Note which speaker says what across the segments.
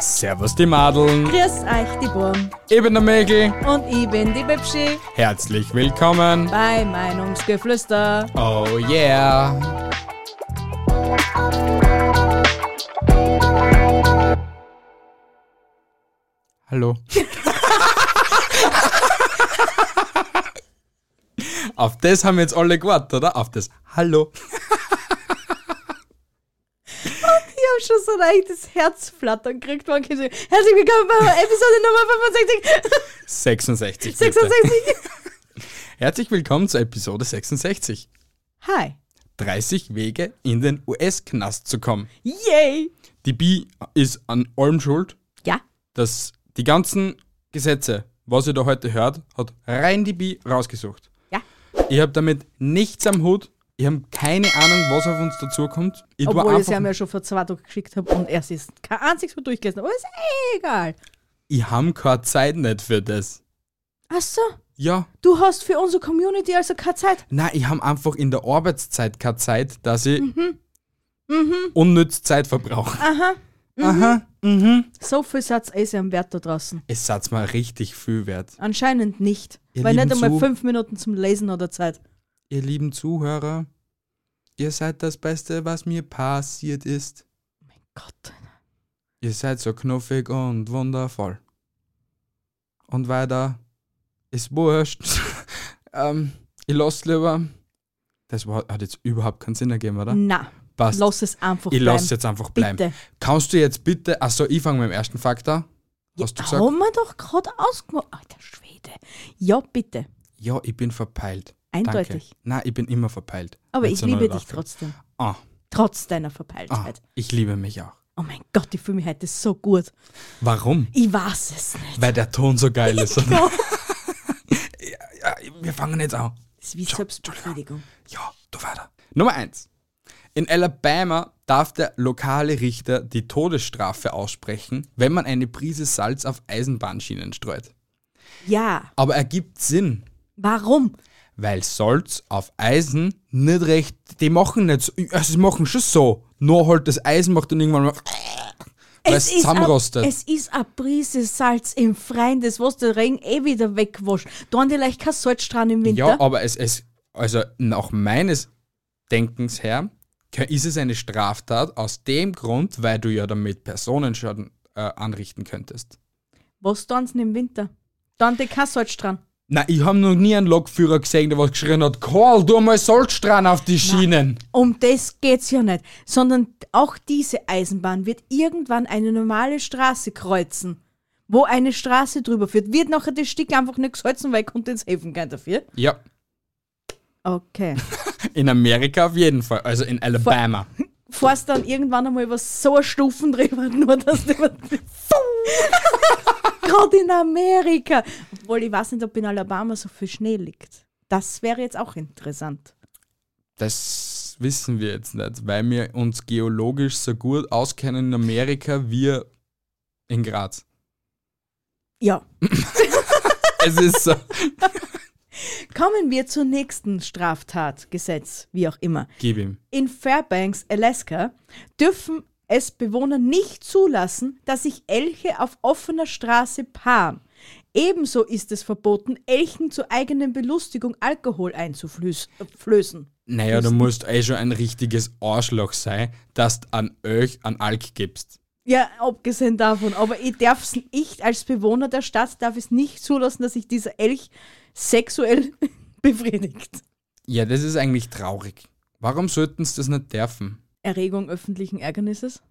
Speaker 1: Servus die Madeln,
Speaker 2: Grüß euch, die Burm.
Speaker 1: ich bin der Mägel,
Speaker 2: Und ich bin die Bibschi
Speaker 1: herzlich willkommen.
Speaker 2: bei Meinungsgeflüster.
Speaker 1: Oh yeah. Hallo. Auf das haben wir jetzt alle gewartet, oder? Auf das Hallo.
Speaker 2: Ich hab schon so leicht das Herz flattern gekriegt, wann ich so, herzlich willkommen bei Episode Nummer 65,
Speaker 1: 66. bitte.
Speaker 2: 66.
Speaker 1: Herzlich willkommen zur Episode 66.
Speaker 2: Hi.
Speaker 1: 30 Wege in den US-Knast zu kommen.
Speaker 2: Yay.
Speaker 1: Die Bi ist an allem schuld,
Speaker 2: Ja.
Speaker 1: dass die ganzen Gesetze, was ihr da heute hört, hat rein die Bi rausgesucht.
Speaker 2: Ja.
Speaker 1: Ich habe damit nichts am Hut. Ich habe keine Ahnung, was auf uns dazukommt. Ich tu
Speaker 2: Obwohl ich es
Speaker 1: einfach,
Speaker 2: ja mir schon vor zwei Tagen geschickt habe und erst ist kein einziges Mal durchgelesen. Aber ist eh egal.
Speaker 1: ich habe keine Zeit nicht für das.
Speaker 2: Ach so,
Speaker 1: Ja.
Speaker 2: du hast für unsere Community also keine Zeit.
Speaker 1: Nein, ich habe einfach in der Arbeitszeit keine Zeit, dass ich
Speaker 2: Mhm.
Speaker 1: unnütz Zeit verbrauche.
Speaker 2: Aha.
Speaker 1: Aha. mhm.
Speaker 2: So viel Satz ist am Wert da draußen.
Speaker 1: Es hat mal richtig viel wert.
Speaker 2: Anscheinend nicht.
Speaker 1: Ihr
Speaker 2: weil
Speaker 1: lieben
Speaker 2: nicht einmal
Speaker 1: Zu-
Speaker 2: fünf Minuten zum Lesen oder Zeit.
Speaker 1: Ihr lieben Zuhörer, ihr seid das Beste, was mir passiert ist.
Speaker 2: Gott.
Speaker 1: Ihr seid so knuffig und wundervoll. Und weiter ist wurscht. ähm, ich lass lieber. Das war, hat jetzt überhaupt keinen Sinn ergeben, oder?
Speaker 2: Na,
Speaker 1: Passt.
Speaker 2: lass es einfach
Speaker 1: ich
Speaker 2: bleiben.
Speaker 1: lass jetzt einfach bleiben.
Speaker 2: Bitte.
Speaker 1: Kannst du jetzt bitte. Achso, ich fange mit dem ersten Faktor. Hast du
Speaker 2: Ja,
Speaker 1: gesagt?
Speaker 2: haben wir doch gerade ausgemacht. Alter Schwede. Ja, bitte.
Speaker 1: Ja, ich bin verpeilt.
Speaker 2: Eindeutig.
Speaker 1: Danke. Nein, ich bin immer verpeilt.
Speaker 2: Aber
Speaker 1: Jetzt
Speaker 2: ich
Speaker 1: sind wir
Speaker 2: liebe
Speaker 1: nicht
Speaker 2: dich
Speaker 1: aufgehört.
Speaker 2: trotzdem.
Speaker 1: Ah,
Speaker 2: Trotz deiner
Speaker 1: ah,
Speaker 2: Verpeiltheit.
Speaker 1: ich liebe mich auch.
Speaker 2: Oh mein Gott, ich fühle mich heute so gut.
Speaker 1: Warum?
Speaker 2: Ich weiß es nicht.
Speaker 1: Weil der Ton so geil ist. Oder?
Speaker 2: Ja.
Speaker 1: ja, wir fangen jetzt an.
Speaker 2: Das ist wie Selbstbefriedigung.
Speaker 1: Ja, du weiter. Nummer eins. In Alabama darf der lokale Richter die Todesstrafe aussprechen, wenn man eine Prise Salz auf Eisenbahnschienen streut.
Speaker 2: Ja,
Speaker 1: Aber ergibt Sinn,
Speaker 2: warum?
Speaker 1: weil Salz auf Eisen nicht recht, die machen nicht so, also sie machen schon so, nur halt das Eisen macht dann irgendwann mal, weil es
Speaker 2: ist
Speaker 1: zusammenrostet.
Speaker 2: a- Es ist eine Prise Salz im Freien, das was der Regen eh wieder wegwascht. Da haben die leicht kein Salzstrahlen im Winter.
Speaker 1: Ja, aber es, es, also nach meines Denkens her, ke- ist es eine Straftat aus dem Grund, weil du ja damit Personenschaden äh, anrichten könntest.
Speaker 2: Was tun sie im Winter? Da haben die kein Salzstrahlen.
Speaker 1: Na, ich habe noch nie einen Lokführer gesehen, der was geschrien hat, Karl, du mal Salzstrahlen auf die Schienen.
Speaker 2: Um das geht's ja nicht, sondern auch diese Eisenbahn wird irgendwann eine normale Straße kreuzen, wo eine Straße drüber führt. Wird nachher das Stück einfach nicht gesalzen, weil ich konnte ins Häfen gehen dafür.
Speaker 1: Ja,
Speaker 2: Okay.
Speaker 1: in Amerika auf jeden Fall, also in Alabama.
Speaker 2: Fährst dann irgendwann einmal über so eine Stufen drüber, nur dass du über Gerade in Amerika. Obwohl ich weiß nicht, ob in Alabama so viel Schnee liegt. Das wäre jetzt auch interessant.
Speaker 1: Das wissen wir jetzt nicht, weil wir uns geologisch so gut auskennen in Amerika wie in Graz.
Speaker 2: Ja.
Speaker 1: Es ist so.
Speaker 2: Kommen wir zur nächsten Straftat, Gesetz, wie auch immer.
Speaker 1: Gib ihm.
Speaker 2: in Fairbanks, Alaska, dürfen es Bewohner nicht zulassen, dass sich Elche auf offener Straße paaren. Ebenso ist es verboten, Elchen zur eigenen Belustigung Alkohol einzuflößen.
Speaker 1: Naja, du musst eh schon ein richtiges Arschloch sein, dass du an euch an Alk gibst.
Speaker 2: Ja, abgesehen davon, aber ich darf es nicht, als Bewohner der Stadt darf es nicht zulassen, dass sich dieser Elch sexuell befriedigt.
Speaker 1: Ja, das ist eigentlich traurig. Warum sollten sie das nicht dürfen?
Speaker 2: Erregung öffentlichen Ärgernisses?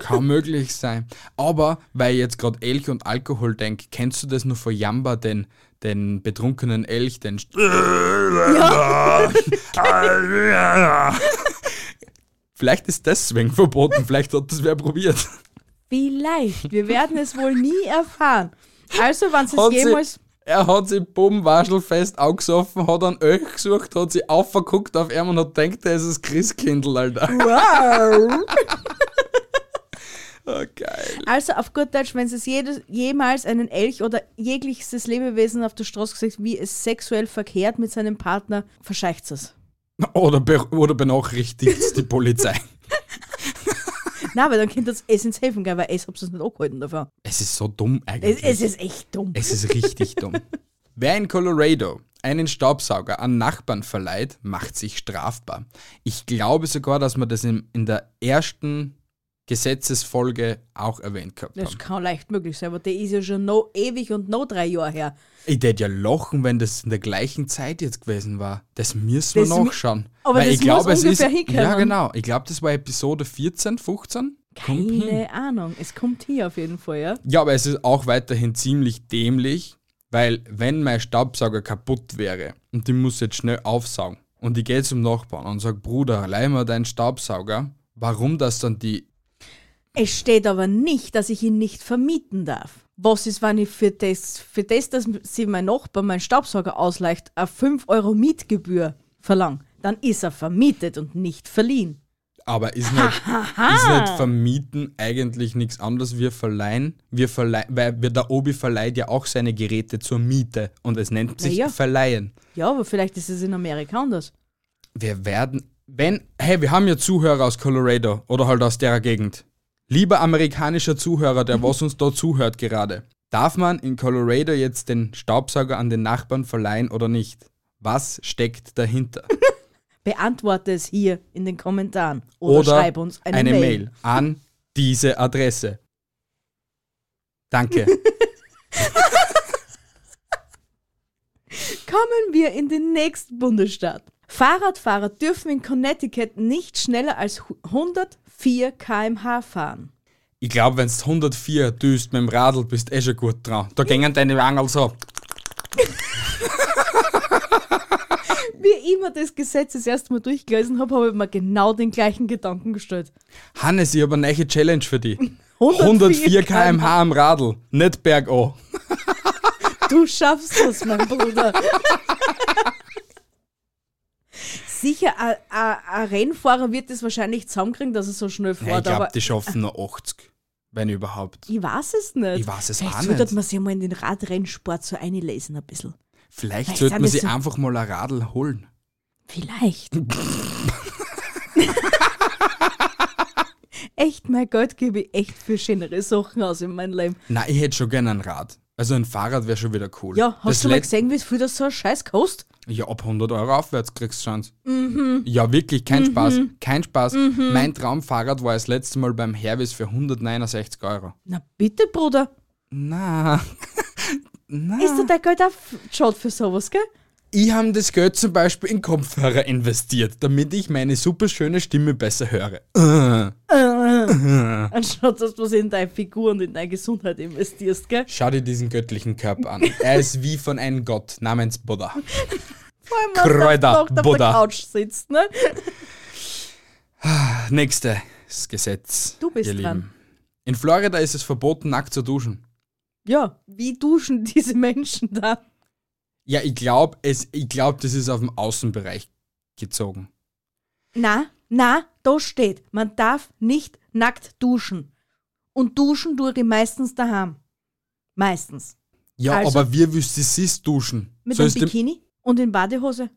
Speaker 1: Kann möglich sein. Aber, weil ich jetzt gerade Elch und Alkohol denke, kennst du das nur von Jamba, den, den betrunkenen Elch, den... St- vielleicht ist deswegen verboten, vielleicht hat das wer probiert.
Speaker 2: Vielleicht. Wir werden es wohl nie erfahren. Also, wenn
Speaker 1: Hat
Speaker 2: es
Speaker 1: sie-
Speaker 2: jemals
Speaker 1: Er hat sich bummwaschelfest angesoffen, hat einen Öch gesucht, hat sich aufgeguckt auf ihn und hat gedacht, er ist das Christkindl, Alter. Oh, geil.
Speaker 2: Also auf gut Deutsch, wenn es jedes, jemals einen Elch oder jegliches Lebewesen auf der Straße gesagt, wie es sexuell verkehrt mit seinem Partner, verscheicht es.
Speaker 1: Oder, be oder benachrichtigt die Polizei.
Speaker 2: Nein, weil dann könnt ihr das Essen ins Helfen gehen, weil es habt ihr es nicht angehalten davon.
Speaker 1: Es ist so dumm eigentlich.
Speaker 2: Es, es ist echt dumm.
Speaker 1: Es ist richtig dumm. Wer in Colorado einen Staubsauger an Nachbarn verleiht, macht sich strafbar. Ich glaube sogar, dass wir das in, in der ersten Gesetzesfolge auch erwähnt gehabt
Speaker 2: Das
Speaker 1: haben.
Speaker 2: kann leicht möglich sein, aber der ist ja schon noch ewig und noch drei Jahre her.
Speaker 1: Ich hätte ja lachen, wenn das in der gleichen Zeit jetzt gewesen war. Das müssen wir
Speaker 2: Das mi-
Speaker 1: nachschauen.
Speaker 2: Aber das
Speaker 1: ich glaube,
Speaker 2: muss
Speaker 1: es ist,
Speaker 2: ungefähr hinkommen.
Speaker 1: Ja, genau. Ich glaube, das war Episode 14, 15. Kommt hin.
Speaker 2: Keine Ahnung. Es kommt hier auf jeden Fall, ja.
Speaker 1: Ja, aber es ist auch weiterhin ziemlich dämlich, weil wenn mein Staubsauger kaputt wäre und ich muss jetzt schnell aufsaugen und ich gehe zum Nachbarn und sage, Bruder, leih mir deinen Staubsauger, warum das dann die...
Speaker 2: Es steht aber nicht, dass ich ihn nicht vermieten darf. Was ist, wenn ich für das, für das dass sie mein Nachbar meinen Staubsauger ausleicht, eine 5 Euro Mietgebühr verlangt? Dann ist er vermietet und nicht verliehen.
Speaker 1: Aber ist nicht, ist nicht vermieten eigentlich nichts anderes. Wir verleihen, wir verleihen, weil wir, der Obi verleiht ja auch seine Geräte zur Miete und es nennt sich
Speaker 2: Naja.
Speaker 1: Verleihen.
Speaker 2: Ja, aber vielleicht ist es in Amerika anders.
Speaker 1: wir werden, wenn, hey, wir haben ja Zuhörer aus Colorado oder halt aus der Gegend. Lieber amerikanischer Zuhörer, der was uns da zuhört gerade, darf man in Colorado jetzt den Staubsauger an den Nachbarn verleihen oder nicht? Was steckt dahinter?
Speaker 2: Beantworte es hier in den Kommentaren oder, schreib uns eine, Mail.
Speaker 1: an diese Adresse. Danke.
Speaker 2: Kommen wir in den nächsten Bundesstaat. Fahrradfahrer dürfen in Connecticut nicht schneller als 104 km/h fahren.
Speaker 1: ich glaube, wenn du 104 düst mit dem Radl, bist eh schon gut dran. Da gingen deine Angel so.
Speaker 2: Wie immer das Gesetz das erste Mal durchgelesen habe, habe ich mir genau den gleichen Gedanken gestellt.
Speaker 1: Hannes, ich habe eine neue Challenge für dich. 104 km/h am Radl, nicht bergau.
Speaker 2: Du schaffst das, mein Bruder. Sicher, ein- ein ein Rennfahrer wird das wahrscheinlich zusammenkriegen, dass er so schnell
Speaker 1: Nein, ich
Speaker 2: fährt,
Speaker 1: glaube,
Speaker 2: aber
Speaker 1: die schaffen nur 80, wenn überhaupt.
Speaker 2: ich weiß es nicht.
Speaker 1: Ich weiß es
Speaker 2: Vielleicht
Speaker 1: auch
Speaker 2: sollte
Speaker 1: nicht.
Speaker 2: man sich mal in den Radrennsport so einlesen ein bisschen.
Speaker 1: Vielleicht
Speaker 2: Vielleicht
Speaker 1: sollte
Speaker 2: sind
Speaker 1: man
Speaker 2: es
Speaker 1: sich
Speaker 2: so-
Speaker 1: einfach mal ein Radl holen.
Speaker 2: Vielleicht. echt, mein Gott, gebe ich echt für schönere Sachen aus in meinem Leben.
Speaker 1: Nein, ich hätte schon gerne ein Rad. Also ein Fahrrad wäre schon wieder cool.
Speaker 2: Ja, hast
Speaker 1: das
Speaker 2: du mal
Speaker 1: Let-
Speaker 2: gesehen, wie viel das so ein Scheiß kostet?
Speaker 1: Ja, ab 100 Euro aufwärts kriegst du schon.
Speaker 2: Mhm.
Speaker 1: Ja, wirklich, kein Spaß. Kein Spaß. Mein Traumfahrrad war das letzte Mal beim Hervis für 169 Euro.
Speaker 2: Na bitte, Bruder.
Speaker 1: Na, na.
Speaker 2: Ist da dein Geld auch f- geschaut für sowas, gell?
Speaker 1: Ich habe das Geld zum Beispiel in Kopfhörer investiert, damit ich meine super schöne Stimme besser höre.
Speaker 2: Anstatt dass du es in deine Figur und in deine Gesundheit investierst, gell?
Speaker 1: Schau dir diesen göttlichen Körper an. Er ist wie von einem Gott namens Buddha.
Speaker 2: Vor allem, wenn
Speaker 1: Kräuter,
Speaker 2: du am Nacht auf der
Speaker 1: Buddha.
Speaker 2: Couch sitzt, ne?
Speaker 1: Nächstes Gesetz.
Speaker 2: Du bist dran.
Speaker 1: In Florida ist es verboten, nackt zu duschen.
Speaker 2: Ja, wie duschen diese Menschen da?
Speaker 1: Ja, ich glaube, ich glaub, das ist auf dem Außenbereich gezogen.
Speaker 2: Na, na, da steht, man darf nicht nackt duschen. Und duschen tue ich meistens daheim. Meistens.
Speaker 1: Ja,
Speaker 2: Also-
Speaker 1: aber wir wüssten es ist duschen.
Speaker 2: Mit
Speaker 1: Sollst
Speaker 2: einem
Speaker 1: du-
Speaker 2: Bikini und in Badehose.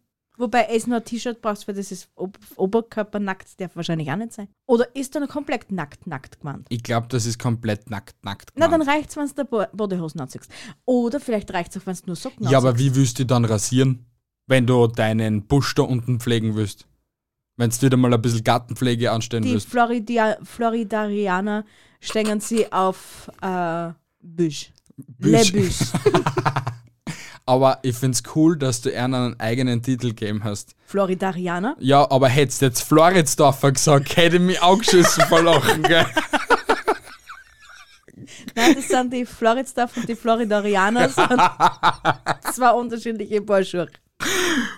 Speaker 2: Wobei es nur ein T-Shirt brauchst, weil das ist Ob Oberkörper nackt, darf wahrscheinlich auch nicht sein. Oder ist dann komplett nackt, nackt gemeint?
Speaker 1: Ich glaube, das ist komplett nackt, nackt.
Speaker 2: Na, dann
Speaker 1: gemeint.
Speaker 2: reicht's, wenn's der Bo Bodyhosen anziehst. Oder vielleicht reicht's auch, wenn's nur Socken
Speaker 1: ja, aber wie willst du dann rasieren, wenn du deinen Busch da unten pflegen willst? Wenn du wieder mal ein bisschen Gartenpflege anstellen
Speaker 2: Die
Speaker 1: willst.
Speaker 2: Floridia Floridarianer stängen sie auf äh, Büsch.
Speaker 1: Büsch.
Speaker 2: Le Büsch.
Speaker 1: Aber ich find's cool, dass du einen einen eigenen Titel gegeben hast.
Speaker 2: Floridarianer.
Speaker 1: Ja, aber hättest jetzt Floridsdorfer gesagt, hätte ich mich auch geschissen vor Lachen, gell?
Speaker 2: Nein, das sind die Floridsdorf und die Floridarianer. sind zwei unterschiedliche Paar Schuhe.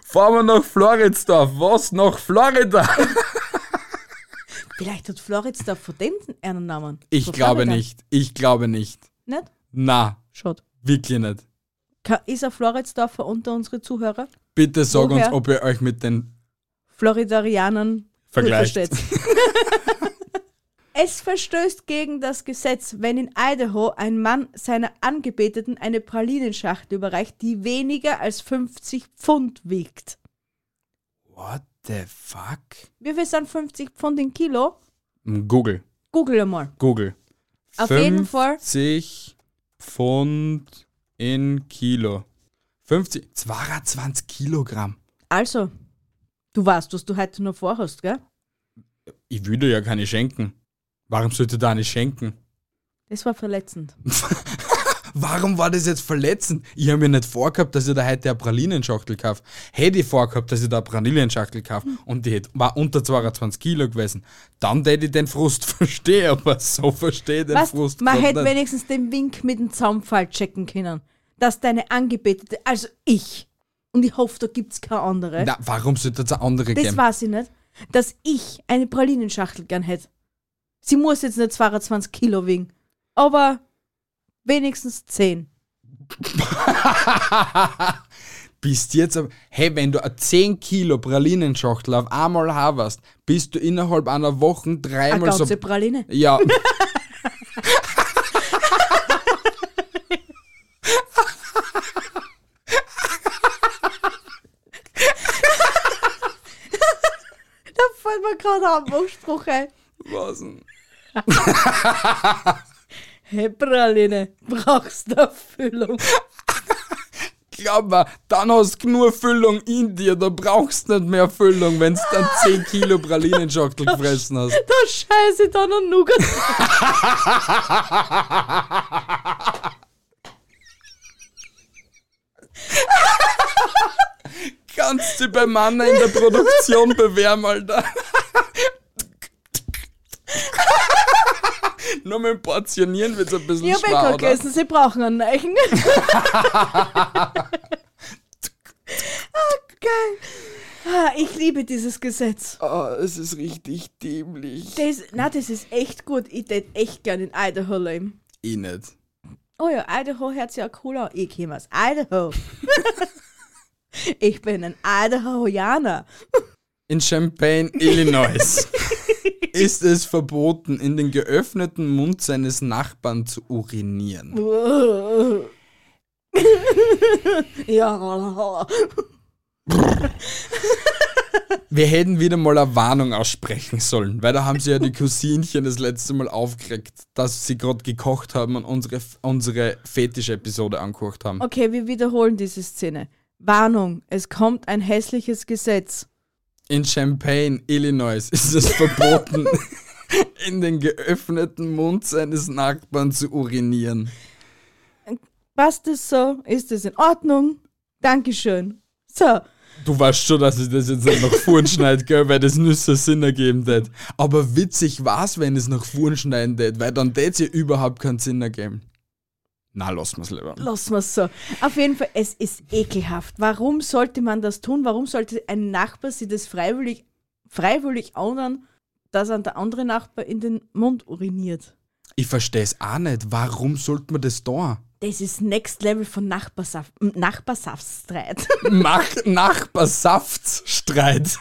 Speaker 1: Fahren wir nach Floridsdorf, was? Nach Florida?
Speaker 2: Vielleicht hat Floridsdorf von dem einen Namen.
Speaker 1: Ich
Speaker 2: Von
Speaker 1: glaube
Speaker 2: Florida.
Speaker 1: nicht, ich glaube nicht.
Speaker 2: Nicht?
Speaker 1: Na,
Speaker 2: Schade.
Speaker 1: wirklich nicht.
Speaker 2: Ka- Ist ein Floridsdorfer unter unsere Zuhörer?
Speaker 1: Bitte sag uns,
Speaker 2: Woher?
Speaker 1: ob ihr euch mit den
Speaker 2: Floridarianern
Speaker 1: vergleicht.
Speaker 2: Gut versteht's. es verstößt gegen das Gesetz, wenn in Idaho ein Mann seiner Angebeteten eine Pralinenschachtel überreicht, die weniger als 50 Pfund wiegt.
Speaker 1: What the fuck?
Speaker 2: Wie viel sind 50 Pfund in Kilo?
Speaker 1: Hm, Google.
Speaker 2: Google einmal.
Speaker 1: Google.
Speaker 2: Auf jeden Fall.
Speaker 1: 50 Pfund in Kilo. 50, 22 Kilogramm.
Speaker 2: Also, du weißt, was du heute noch vorhast, gell?
Speaker 1: Ich würde ja keine schenken. Warum sollte da eine schenken?
Speaker 2: Das war verletzend.
Speaker 1: Warum war das jetzt verletzend? Ich habe mir nicht vorgehabt, dass ich da heute eine Pralinenschachtel kaufe. Hätte ich vorgehabt, dass ich da eine Pralinenschachtel kaufe und die hätte- war unter 22 Kilo gewesen, dann hätte ich den Frust verstehen, aber so verstehe ich den
Speaker 2: Weißt,
Speaker 1: Frust
Speaker 2: man
Speaker 1: grad
Speaker 2: hätte
Speaker 1: nicht.
Speaker 2: wenigstens den Wink mit dem Zaunpfahl checken können. Dass deine Angebetete, also ich, und ich hoffe, da gibt es keine andere,
Speaker 1: Na, warum sollte es eine andere
Speaker 2: das
Speaker 1: geben?
Speaker 2: weiß ich nicht, dass ich eine Pralinenschachtel gern hätte. Sie muss jetzt nicht 22 Kilo wiegen, aber wenigstens 10.
Speaker 1: bist jetzt, am- hey, wenn du eine 10 Kilo Pralinenschachtel auf einmal haberst, bist du innerhalb einer Woche
Speaker 2: Eine
Speaker 1: dreimal so.
Speaker 2: ganze Praline.
Speaker 1: Ja.
Speaker 2: Da fällt mir gerade ein Ausspruch ein.
Speaker 1: Was denn?
Speaker 2: Hey Praline, brauchst du eine Füllung?
Speaker 1: Glaub mir, dann hast du nur Füllung in dir, da brauchst du nicht mehr Füllung, wenn du dann 10 Kilo Pralinenschachtel gefressen hast.
Speaker 2: Da scheiße ich dann einen Nougat.
Speaker 1: Kannst du bei Mann in der Produktion bewerben, Alter. nur mit dem Portionieren wird es ein bisschen
Speaker 2: Ich hab eh
Speaker 1: schwer,
Speaker 2: gerade
Speaker 1: oder?
Speaker 2: gegessen, sie brauchen einen neuen. okay. Ah, Ich liebe dieses Gesetz.
Speaker 1: Ah, es ist richtig dämlich.
Speaker 2: Das, na, das ist echt gut. Ich tät echt gern in Idaho leben.
Speaker 1: Eh nicht.
Speaker 2: Oh ja, Idaho hört sich ja cool an. Ich komme aus Idaho. ich bin ein Idahoianer.
Speaker 1: In Champaign, Illinois ist es verboten, in den geöffneten Mund seines Nachbarn zu urinieren.
Speaker 2: ja,
Speaker 1: Wir hätten wieder mal eine Warnung aussprechen sollen, weil da haben sie ja die Cousinchen das letzte Mal aufgeregt, dass sie gerade gekocht haben und unsere, unsere Fetisch-Episode angekocht haben.
Speaker 2: Okay, wir wiederholen diese Szene. Warnung, es kommt ein hässliches Gesetz.
Speaker 1: In Champaign, Illinois ist es verboten, in den geöffneten Mund seines Nachbarn zu urinieren.
Speaker 2: Passt es so? Ist es in Ordnung? Dankeschön. So,
Speaker 1: Du weißt schon, dass ich das jetzt nicht nach vorn schneide, gell, weil das nicht so Sinn ergeben tät. Aber witzig war's, wenn es nach vorn schneiden tät, weil dann tät's ja überhaupt keinen Sinn ergeben. Na, lassen wir's lieber.
Speaker 2: lassen wir es so. Auf jeden Fall, es ist ekelhaft. Warum sollte man das tun? Warum sollte ein Nachbar sich das freiwillig, freiwillig anhören, dass an der andere Nachbar in den Mund uriniert?
Speaker 1: Ich versteh's auch nicht. Warum sollte man das da?
Speaker 2: Das ist Next Level von Nachbarsaf Nachbarschaftsstreit.
Speaker 1: Mach Nachbarsaftstreit.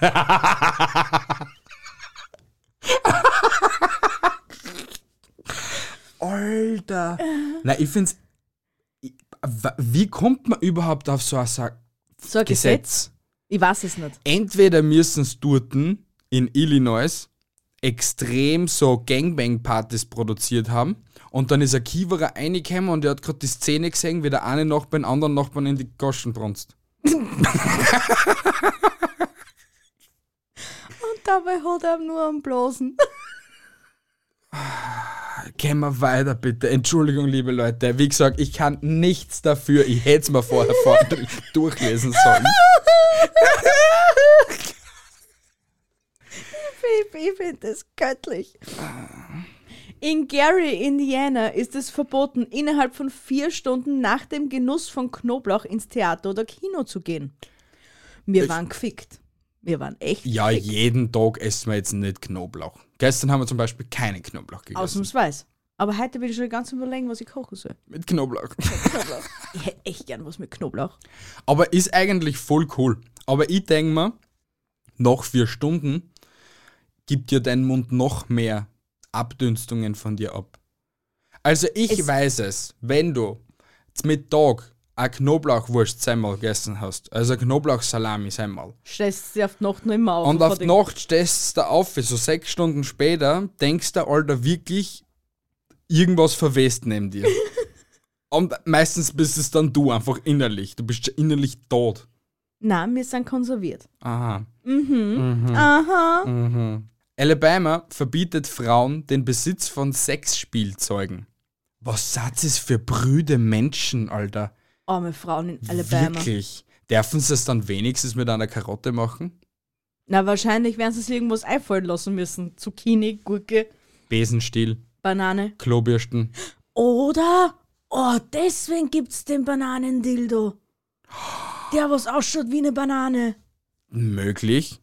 Speaker 1: Alter. Na, ich find's. ich- wa- Wie kommt man überhaupt auf so ein Sa
Speaker 2: So ein Gesetz?
Speaker 1: Gesetz?
Speaker 2: Ich weiß es nicht.
Speaker 1: entweder müssen es dorten in Illinois extrem so Gangbang-Partys produziert haben und dann ist ein Kiewerer reingekommen und er hat gerade die Szene gesehen, wie der eine Nachbar den anderen Nachbarn in die Goschen brunst.
Speaker 2: Und dabei hat er nur am Blasen.
Speaker 1: Gehen wir weiter, bitte. Entschuldigung, liebe Leute. Wie gesagt, ich kann nichts dafür. Ich hätte es mir vorher vor durchlesen sollen.
Speaker 2: Ich, ich finde das göttlich.
Speaker 1: Ah.
Speaker 2: In Gary, Indiana, ist es verboten, innerhalb von vier Stunden nach dem Genuss von Knoblauch ins Theater oder Kino zu gehen. Wir waren gefickt. Wir waren echt
Speaker 1: Ja, jeden Tag essen wir jetzt nicht Knoblauch. Gestern haben wir zum Beispiel keinen Knoblauch gegessen.
Speaker 2: ausnahmsweise. Aber heute bin ich schon ganz überlegen, was ich kochen soll.
Speaker 1: Mit Knoblauch.
Speaker 2: Knoblauch. ich hätte echt gern was mit Knoblauch.
Speaker 1: Aber ist eigentlich voll cool. Aber ich denke mir, nach vier Stunden gibt dir dein Mund noch mehr Abdünstungen von dir ab. Also ich
Speaker 2: Es-
Speaker 1: weiß es, wenn du z- mit Tag eine knoblauchwurst semmel gegessen hast, also knoblauchsalami semmel
Speaker 2: Stellst sie auf die Nacht nur im Auge.
Speaker 1: und auf die
Speaker 2: die
Speaker 1: Nacht stehst du da auf, so sechs Stunden später denkst du, Alter, wirklich irgendwas verwest neben dir. und meistens bist es dann du, einfach innerlich. Du bist schon innerlich tot.
Speaker 2: Nein, wir sind konserviert.
Speaker 1: Aha. Hm.
Speaker 2: Aha.
Speaker 1: Alabama verbietet Frauen den Besitz von Sexspielzeugen. Was sagt es für brüde Menschen, Alter?
Speaker 2: Arme Frauen in Alabama.
Speaker 1: Wirklich. Dürfen sie es dann wenigstens mit einer Karotte machen?
Speaker 2: Na, wahrscheinlich werden sie es irgendwas einfallen lassen müssen. Zucchini, Gurke,
Speaker 1: Besenstiel,
Speaker 2: Banane.
Speaker 1: Klobürsten.
Speaker 2: Oder? Oh, deswegen gibt's den Bananendildo. Der, was ausschaut wie eine Banane.
Speaker 1: Möglich.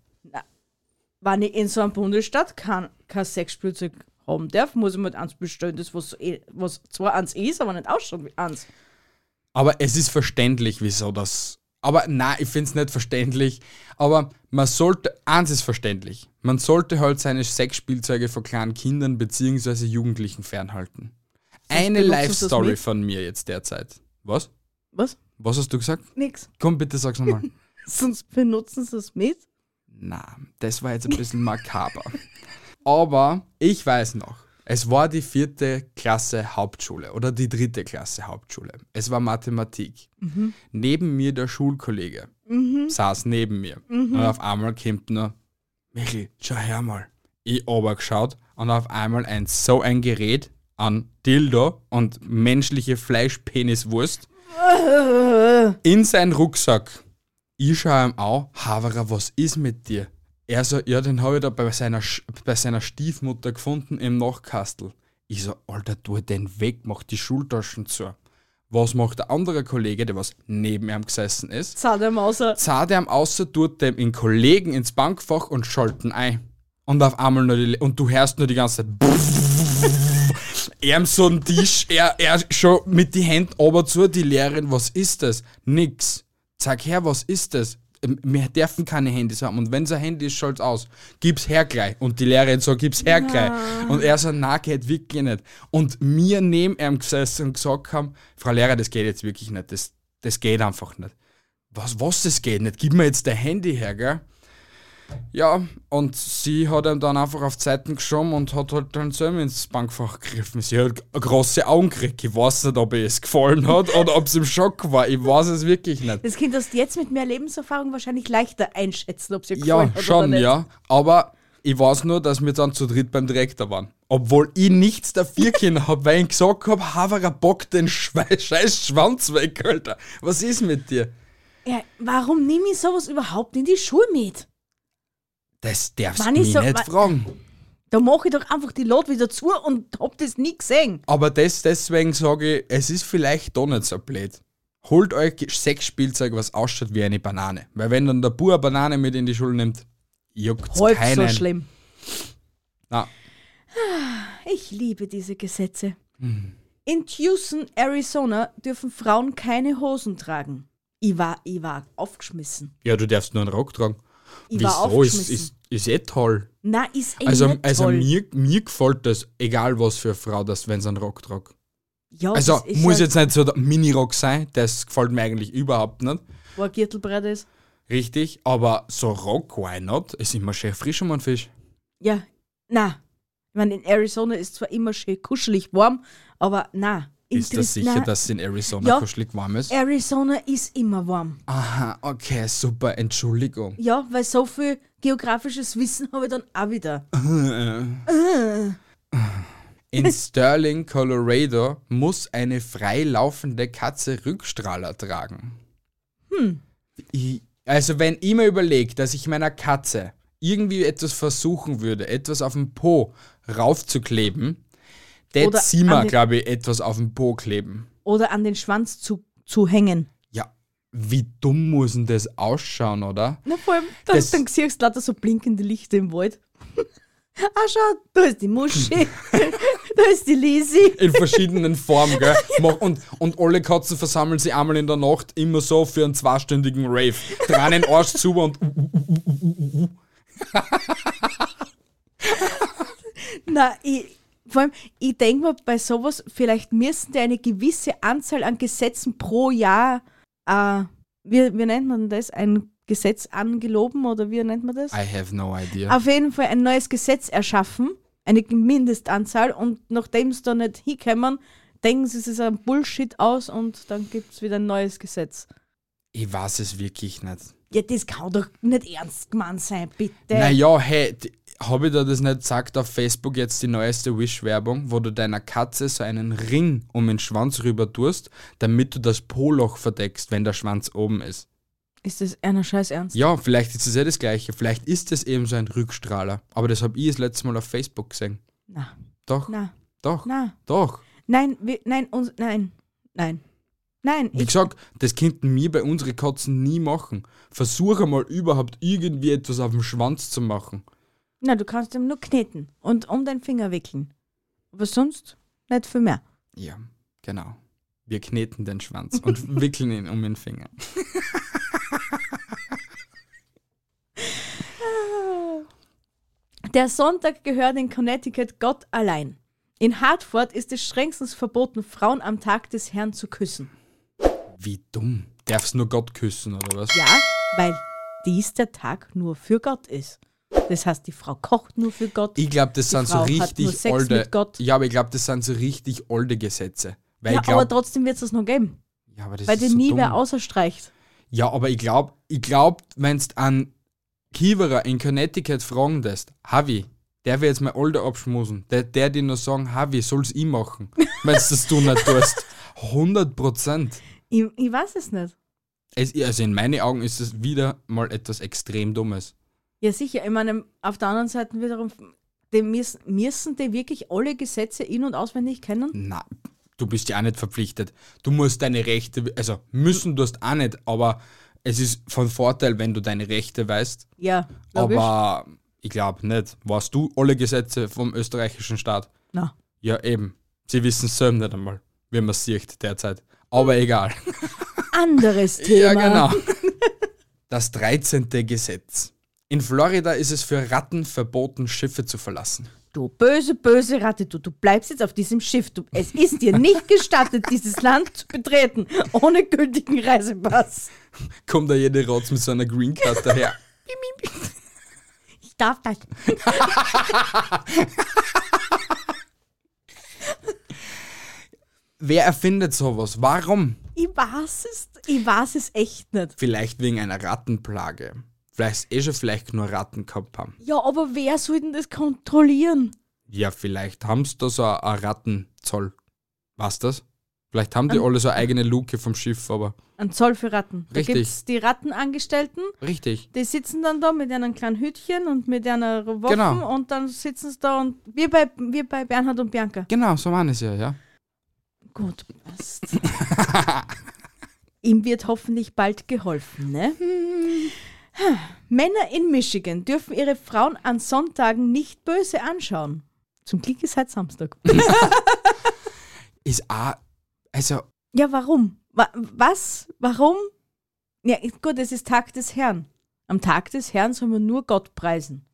Speaker 2: Wenn ich in so einer Bundesstadt kein, kein Sexspielzeug haben darf, muss ich mir halt eins bestellen, das was, so eh- was zwar eins ist, aber nicht ausschaut wie eins.
Speaker 1: Aber es ist verständlich, wieso das. Aber na, ich finde es nicht verständlich. Aber man sollte, eins ist verständlich. Man sollte halt seine Sexspielzeuge von kleinen Kindern bzw. Jugendlichen fernhalten. Eine
Speaker 2: benutzt du das
Speaker 1: Life-Story
Speaker 2: mit?
Speaker 1: von mir jetzt derzeit. Was?
Speaker 2: Was?
Speaker 1: Was hast du gesagt?
Speaker 2: Nix.
Speaker 1: Komm, bitte sag's nochmal.
Speaker 2: Sonst benutzen sie es mit.
Speaker 1: Na, das war jetzt ein bisschen makaber. Aber ich weiß noch, es war die vierte Klasse Hauptschule oder die dritte Klasse Hauptschule. Es war Mathematik. Neben mir der Schulkollege saß neben mir. Und auf einmal kommt nur, Michel, schau her mal. Ich geschaut und auf einmal ein so ein Gerät an Dildo und menschliche Fleischpeniswurst in seinen Rucksack. Ich schaue ihm an, Havara, was ist mit dir? Er so, ja, den habe ich da bei seiner, Sch- bei seiner Stiefmutter gefunden im Nachkastel. Ich so, Alter, tu den weg, mach die Schultaschen zu. Was macht der andere Kollege, der was neben ihm gesessen ist?
Speaker 2: Zademauser.
Speaker 1: Zahlt er ihm außer, tut dem in Kollegen ins Bankfach und schalten ein. Und auf einmal nur die, Le- und du hörst nur die ganze Zeit. Er so einen Tisch, er, er schon mit die Händen aber zu, die Lehrerin, was ist das? Nix. Sag her, was ist das? Ähm, Wir dürfen keine Handys haben und wenn es ein Handy ist, schaut's aus. Gib's her gleich. Und die Lehrerin so, gib's her gleich. Und er so, na, geht wirklich nicht. Und mir neben ihm gesessen und gesagt haben, Frau Lehrer, das geht jetzt wirklich nicht. Das, das geht einfach nicht. Was, was, das geht nicht? Gib mir jetzt dein Handy her, gell? Ja, und sie hat ihm dann einfach auf die Seiten geschoben und hat halt dann selber ins Bankfach gegriffen. Sie hat große Augen gekriegt. Ich weiß nicht, ob ihr es gefallen hat oder ob sie im Schock war. Ich weiß es wirklich nicht.
Speaker 2: Das Kind das jetzt mit mehr Lebenserfahrung wahrscheinlich leichter einschätzen, ob sie
Speaker 1: Ja,
Speaker 2: gefallen hat oder
Speaker 1: schon,
Speaker 2: nicht.
Speaker 1: ja. Aber ich weiß nur, dass wir dann zu dritt beim Direktor waren. Obwohl ich nichts dafür können habe, weil ich gesagt habe, Havara bock den Schwe- scheiß Schwanz weg, Alter. Was ist mit dir?
Speaker 2: ja. Warum nehme ich sowas überhaupt in die Schule mit?
Speaker 1: Das darfst du
Speaker 2: Wann ist
Speaker 1: mich
Speaker 2: so-
Speaker 1: nicht
Speaker 2: wa-
Speaker 1: fragen.
Speaker 2: Da mache ich doch einfach die Lot wieder zu und hab das nie gesehen.
Speaker 1: Aber das, deswegen sage ich, es ist vielleicht doch nicht so blöd. Holt euch Sexspielzeug, was ausschaut wie eine Banane. Weil wenn dann der Bub eine Banane mit in die Schule nimmt, juckt's
Speaker 2: Halb
Speaker 1: keinen.
Speaker 2: so schlimm.
Speaker 1: Na,
Speaker 2: Ich liebe diese Gesetze.
Speaker 1: Mhm.
Speaker 2: In Tucson, Arizona dürfen Frauen keine Hosen tragen. Ich war, ich war aufgeschmissen.
Speaker 1: ja, du darfst nur einen Rock tragen.
Speaker 2: Ich war
Speaker 1: Wieso? Ist,
Speaker 2: aufgeschmissen.
Speaker 1: ist, ist eh toll.
Speaker 2: Na, ist eh
Speaker 1: Also,
Speaker 2: nicht
Speaker 1: also
Speaker 2: toll.
Speaker 1: mir, mir gefällt das, egal was für eine Frau das, wenn sie einen Rock tragt.
Speaker 2: ja,
Speaker 1: Also
Speaker 2: das ist halt
Speaker 1: muss
Speaker 2: ja
Speaker 1: jetzt nicht so der Mini-Rock sein, das gefällt mir eigentlich überhaupt nicht.
Speaker 2: Wo ein Gürtelbreit ist.
Speaker 1: Richtig, aber so Rock, why not? Ist immer schön frisch um einen Fisch.
Speaker 2: Ja, na. Ich meine, in Arizona ist zwar immer schön kuschelig warm, aber na.
Speaker 1: Ist das
Speaker 2: Interess-
Speaker 1: sicher,
Speaker 2: na,
Speaker 1: dass es in Arizona
Speaker 2: Ja.
Speaker 1: kuschelig warm ist?
Speaker 2: Arizona ist immer warm.
Speaker 1: Aha, okay, super, Entschuldigung.
Speaker 2: Ja, weil so viel geografisches Wissen habe ich dann auch wieder.
Speaker 1: In Sterling, Colorado muss eine frei laufende Katze Rückstrahler tragen. Hm. Ich, also wenn ich mir überlege, dass ich meiner Katze irgendwie etwas versuchen würde, etwas auf den Po raufzukleben, der
Speaker 2: Oder
Speaker 1: Zimmer,
Speaker 2: an den-
Speaker 1: glaube ich, etwas auf den Po kleben.
Speaker 2: Oder an den Schwanz zu, zu hängen.
Speaker 1: Ja, wie dumm muss denn das ausschauen, oder?
Speaker 2: Na vor allem, dann,
Speaker 1: Das-
Speaker 2: dann siehst du lauter so blinkende Lichter im Wald. Ah, schau, da ist die Muschi, da ist die Lisi.
Speaker 1: In verschiedenen Formen, gell? Mach- Und, und alle Katzen versammeln sich einmal in der Nacht immer so für einen zweistündigen Rave. Dran den Arsch zu und. uh,
Speaker 2: Na, ich, vor Vor allem, ich denke mal, bei sowas, vielleicht müssen die eine gewisse Anzahl an Gesetzen pro Jahr, äh, wie, wie nennt man das? Ein Gesetz angeloben oder wie nennt man das?
Speaker 1: I have no idea.
Speaker 2: Auf jeden Fall ein neues Gesetz erschaffen, eine Mindestanzahl und nachdem sie da nicht hinkommen, denken sie sich ein Bullshit aus und dann gibt es wieder ein neues Gesetz.
Speaker 1: ich weiß es wirklich nicht.
Speaker 2: Ja, das kann doch nicht ernst gemeint sein, bitte.
Speaker 1: Naja, hey, habe ich dir das nicht gesagt auf Facebook jetzt die neueste Wish-Werbung, wo du deiner Katze so einen Ring um den Schwanz rüber tust, damit du das Poloch verdeckst, wenn der Schwanz oben ist?
Speaker 2: Ist das einer Scheiß ernst?
Speaker 1: Ja, vielleicht ist es ja das Gleiche. Vielleicht ist es eben so ein Rückstrahler. Aber das habe ich das letzte Mal auf Facebook gesehen.
Speaker 2: Na,
Speaker 1: Doch,
Speaker 2: na,
Speaker 1: doch,
Speaker 2: na.
Speaker 1: doch.
Speaker 2: Nein, wir, nein, uns, nein, nein, nein.
Speaker 1: Wie
Speaker 2: Ich,
Speaker 1: gesagt, das könnten wir bei unseren Katzen nie machen. Versuche mal überhaupt irgendwie etwas auf dem Schwanz zu machen.
Speaker 2: na, du kannst ihm nur kneten und um deinen Finger wickeln. Aber sonst nicht viel mehr.
Speaker 1: Ja, genau. Wir kneten den Schwanz und wickeln ihn um den Finger.
Speaker 2: Der Sonntag gehört in Connecticut Gott allein. In Hartford ist es strengstens verboten, Frauen am Tag des Herrn zu küssen.
Speaker 1: Wie dumm. Darf's nur Gott küssen, oder was?
Speaker 2: Ja, weil dies der Tag nur für Gott ist. Das heißt, die Frau kocht nur für Gott.
Speaker 1: Ich glaube, das
Speaker 2: Die
Speaker 1: sind
Speaker 2: Frau
Speaker 1: so
Speaker 2: hat nur
Speaker 1: richtig
Speaker 2: Sex
Speaker 1: alte.
Speaker 2: mit Gott.
Speaker 1: Ja, aber ich glaube, das sind so richtig alte Gesetze. Weil
Speaker 2: ja,
Speaker 1: ich
Speaker 2: aber
Speaker 1: glaub,
Speaker 2: trotzdem wird es das noch geben,
Speaker 1: ja, aber das
Speaker 2: weil
Speaker 1: ist
Speaker 2: dir
Speaker 1: so
Speaker 2: nie
Speaker 1: dumm.
Speaker 2: wer außerstreicht.
Speaker 1: Ja, aber ich glaube, ich glaub, wenn du an Kiewerer in Connecticut fragen lässt, Havi, der will jetzt mal Alter abschmusen, der, der dir nur sagen, Havi, soll's ich machen, wenn du das du nicht tust. 100 Prozent.
Speaker 2: Ich, ich weiß es nicht.
Speaker 1: Es, also in meinen Augen ist es wieder mal etwas extrem Dummes.
Speaker 2: Ja, sicher. Ich meine, auf der anderen Seite wiederum, die müssen, müssen die wirklich alle Gesetze in- und auswendig kennen?
Speaker 1: Na, du bist ja auch nicht verpflichtet. Du musst deine Rechte, also müssen du hast auch nicht, aber es ist von Vorteil, wenn du deine Rechte weißt.
Speaker 2: Ja, logisch.
Speaker 1: Aber ich glaube nicht. Weißt du alle Gesetze vom österreichischen Staat?
Speaker 2: Na.
Speaker 1: Ja, eben. Sie wissen es selber nicht einmal, wie man sieht derzeit. Aber egal.
Speaker 2: Anderes Thema.
Speaker 1: Ja, genau. Das 13. Gesetz. In Florida ist es für Ratten verboten, Schiffe zu verlassen.
Speaker 2: Du böse, böse Ratte, du, du bleibst jetzt auf diesem Schiff. Du, es ist dir nicht gestattet, dieses Land zu betreten, ohne gültigen Reisepass.
Speaker 1: Kommt da jede Rotz mit so einer Green Card daher?
Speaker 2: Ich darf das.
Speaker 1: Wer erfindet sowas? Warum?
Speaker 2: Ich weiß es, ich weiß es echt nicht.
Speaker 1: Vielleicht wegen einer Rattenplage. Vielleicht eh schon vielleicht nur Ratten gehabt haben.
Speaker 2: Ja, aber wer soll denn das kontrollieren?
Speaker 1: Ja, vielleicht haben sie da so ein ein Rattenzoll. Was das? Vielleicht haben
Speaker 2: Ähm,
Speaker 1: die alle so eine eigene Luke vom Schiff, aber
Speaker 2: Ein Zoll für Ratten. Da
Speaker 1: Richtig.
Speaker 2: gibt es die Rattenangestellten,
Speaker 1: richtig.
Speaker 2: die sitzen dann da mit einem kleinen Hütchen und mit einer Waffe
Speaker 1: Genau.
Speaker 2: und dann sitzen sie da und wir bei, wir bei Bernhard und Bianca.
Speaker 1: Genau, so meine ich ja, ja.
Speaker 2: Gut, passt. Ihm wird hoffentlich bald geholfen, ne? Männer in Michigan dürfen ihre Frauen an Sonntagen nicht böse anschauen. Zum Glück ist halt Samstag.
Speaker 1: Ist auch, also,
Speaker 2: ja, warum? Wa was? Warum? Ja, gut, es ist Tag des Herrn. Am Tag des Herrn soll man nur Gott preisen.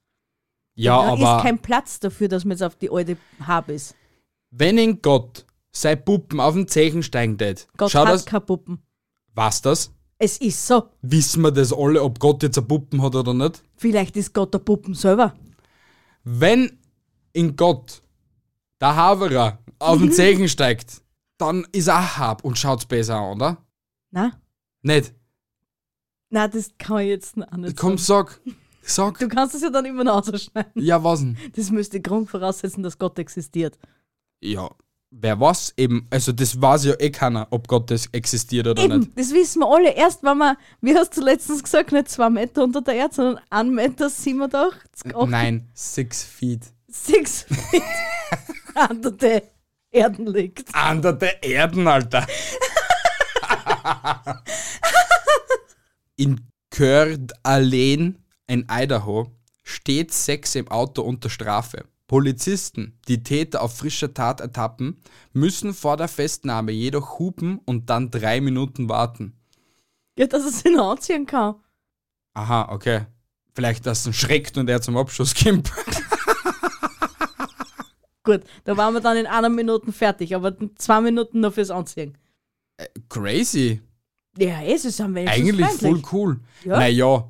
Speaker 1: ja,
Speaker 2: da ist
Speaker 1: aber
Speaker 2: kein Platz dafür, dass man jetzt auf die alte Habe ist.
Speaker 1: wenn in Gott sei Puppen auf den Zechen steigen tät,
Speaker 2: Gott
Speaker 1: schau
Speaker 2: hat
Speaker 1: das,
Speaker 2: keine Puppen.
Speaker 1: was das?
Speaker 2: Es ist so.
Speaker 1: Wissen wir das alle, ob Gott jetzt eine Puppen hat oder nicht?
Speaker 2: Vielleicht ist Gott der Puppen selber.
Speaker 1: wenn in Gott der Haverer auf
Speaker 2: Mhm.
Speaker 1: den Zehen steigt, dann ist er auch hab und schaut's besser an, oder?
Speaker 2: Na?
Speaker 1: Nicht.
Speaker 2: Na, das kann ich jetzt auch nicht
Speaker 1: Komm, sag. Sag.
Speaker 2: Du kannst es ja dann immer noch ausschneiden.
Speaker 1: Ja, was denn?
Speaker 2: Das müsste Grund voraussetzen, dass Gott existiert.
Speaker 1: Ja, wer was eben. Also, das weiß ja eh keiner, ob Gott das existiert oder nicht.
Speaker 2: Eben, das wissen wir alle. Erst wenn wir, wie hast du letztens gesagt, nicht zwei Meter unter der Erde, sondern 1 Meter 87, 8,
Speaker 1: Nein, six feet.
Speaker 2: 6 Meter unter der Erde liegt.
Speaker 1: Under der Erden, Alter. in Curd Allen in Idaho steht Sex im Auto unter Strafe. Polizisten, die Täter auf frischer Tat ertappen, müssen vor der Festnahme jedoch hupen und dann drei Minuten warten.
Speaker 2: Ja, dass es ihn anziehen kann.
Speaker 1: Aha, okay. Vielleicht, dass es ihn schreckt und er zum Abschuss kommt.
Speaker 2: Gut, da waren wir dann in einer Minute fertig, aber zwei Minuten nur fürs Anziehen.
Speaker 1: Crazy.
Speaker 2: Ja, eh, sie sind wenigstens
Speaker 1: Eigentlich voll
Speaker 2: freundlich.
Speaker 1: cool.
Speaker 2: Ja.
Speaker 1: Naja,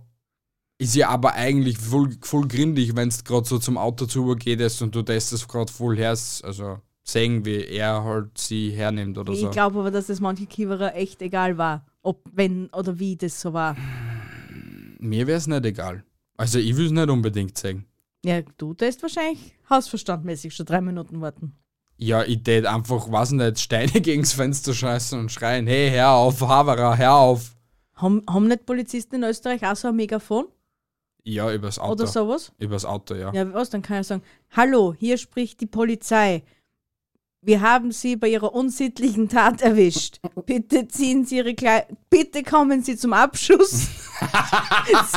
Speaker 1: ist ja aber eigentlich voll, voll grindig, wenn du gerade so zum Auto zuübergehst und du testest gerade voll her, also sehen, wie er halt sie hernimmt oder so.
Speaker 2: Ich glaube aber, dass das manchen Kiewerer echt egal war, ob, wenn oder wie das so war.
Speaker 1: Mir wäre es nicht egal. Also ich will es nicht unbedingt sehen.
Speaker 2: Ja, du tust wahrscheinlich hausverstandmäßig schon drei Minuten warten.
Speaker 1: Ja, ich tät einfach, was nicht, Steine gegens Fenster schmeißen und schreien, hey, hör auf, Havara, hör auf.
Speaker 2: Haben, haben nicht Polizisten in Österreich auch so ein Megafon
Speaker 1: Ja, übers Auto.
Speaker 2: oder sowas?
Speaker 1: Übers Auto, ja.
Speaker 2: Ja, was? Dann kann er sagen, hallo, hier spricht die Polizei. Wir haben Sie bei Ihrer unsittlichen Tat erwischt. Bitte ziehen Sie Ihre Kleidung, bitte kommen Sie zum Abschuss,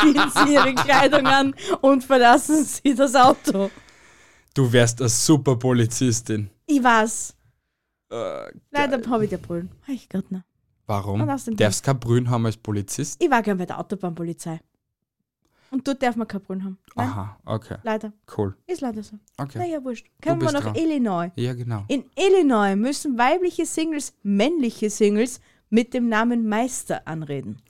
Speaker 2: ziehen Sie Ihre Kleidung an und verlassen Sie das Auto.
Speaker 1: Du wärst eine super Polizistin.
Speaker 2: Ich weiß.
Speaker 1: Äh,
Speaker 2: Leider habe ich den Brüllen. Ich Gott, ne.
Speaker 1: warum?
Speaker 2: Und aus dem
Speaker 1: Darfst kein Brühen haben als Polizist?
Speaker 2: Ich war gern bei der Autobahnpolizei. Und dort darf man keinen Brüllen haben. Nein,
Speaker 1: Aha, okay,
Speaker 2: leider.
Speaker 1: cool.
Speaker 2: Ist leider so.
Speaker 1: Okay.
Speaker 2: Ne? Naja, wurscht. Kommen wir
Speaker 1: bist
Speaker 2: nach
Speaker 1: dran.
Speaker 2: Illinois.
Speaker 1: Ja, genau.
Speaker 2: In Illinois müssen weibliche Singles männliche Singles mit dem Namen Meister anreden.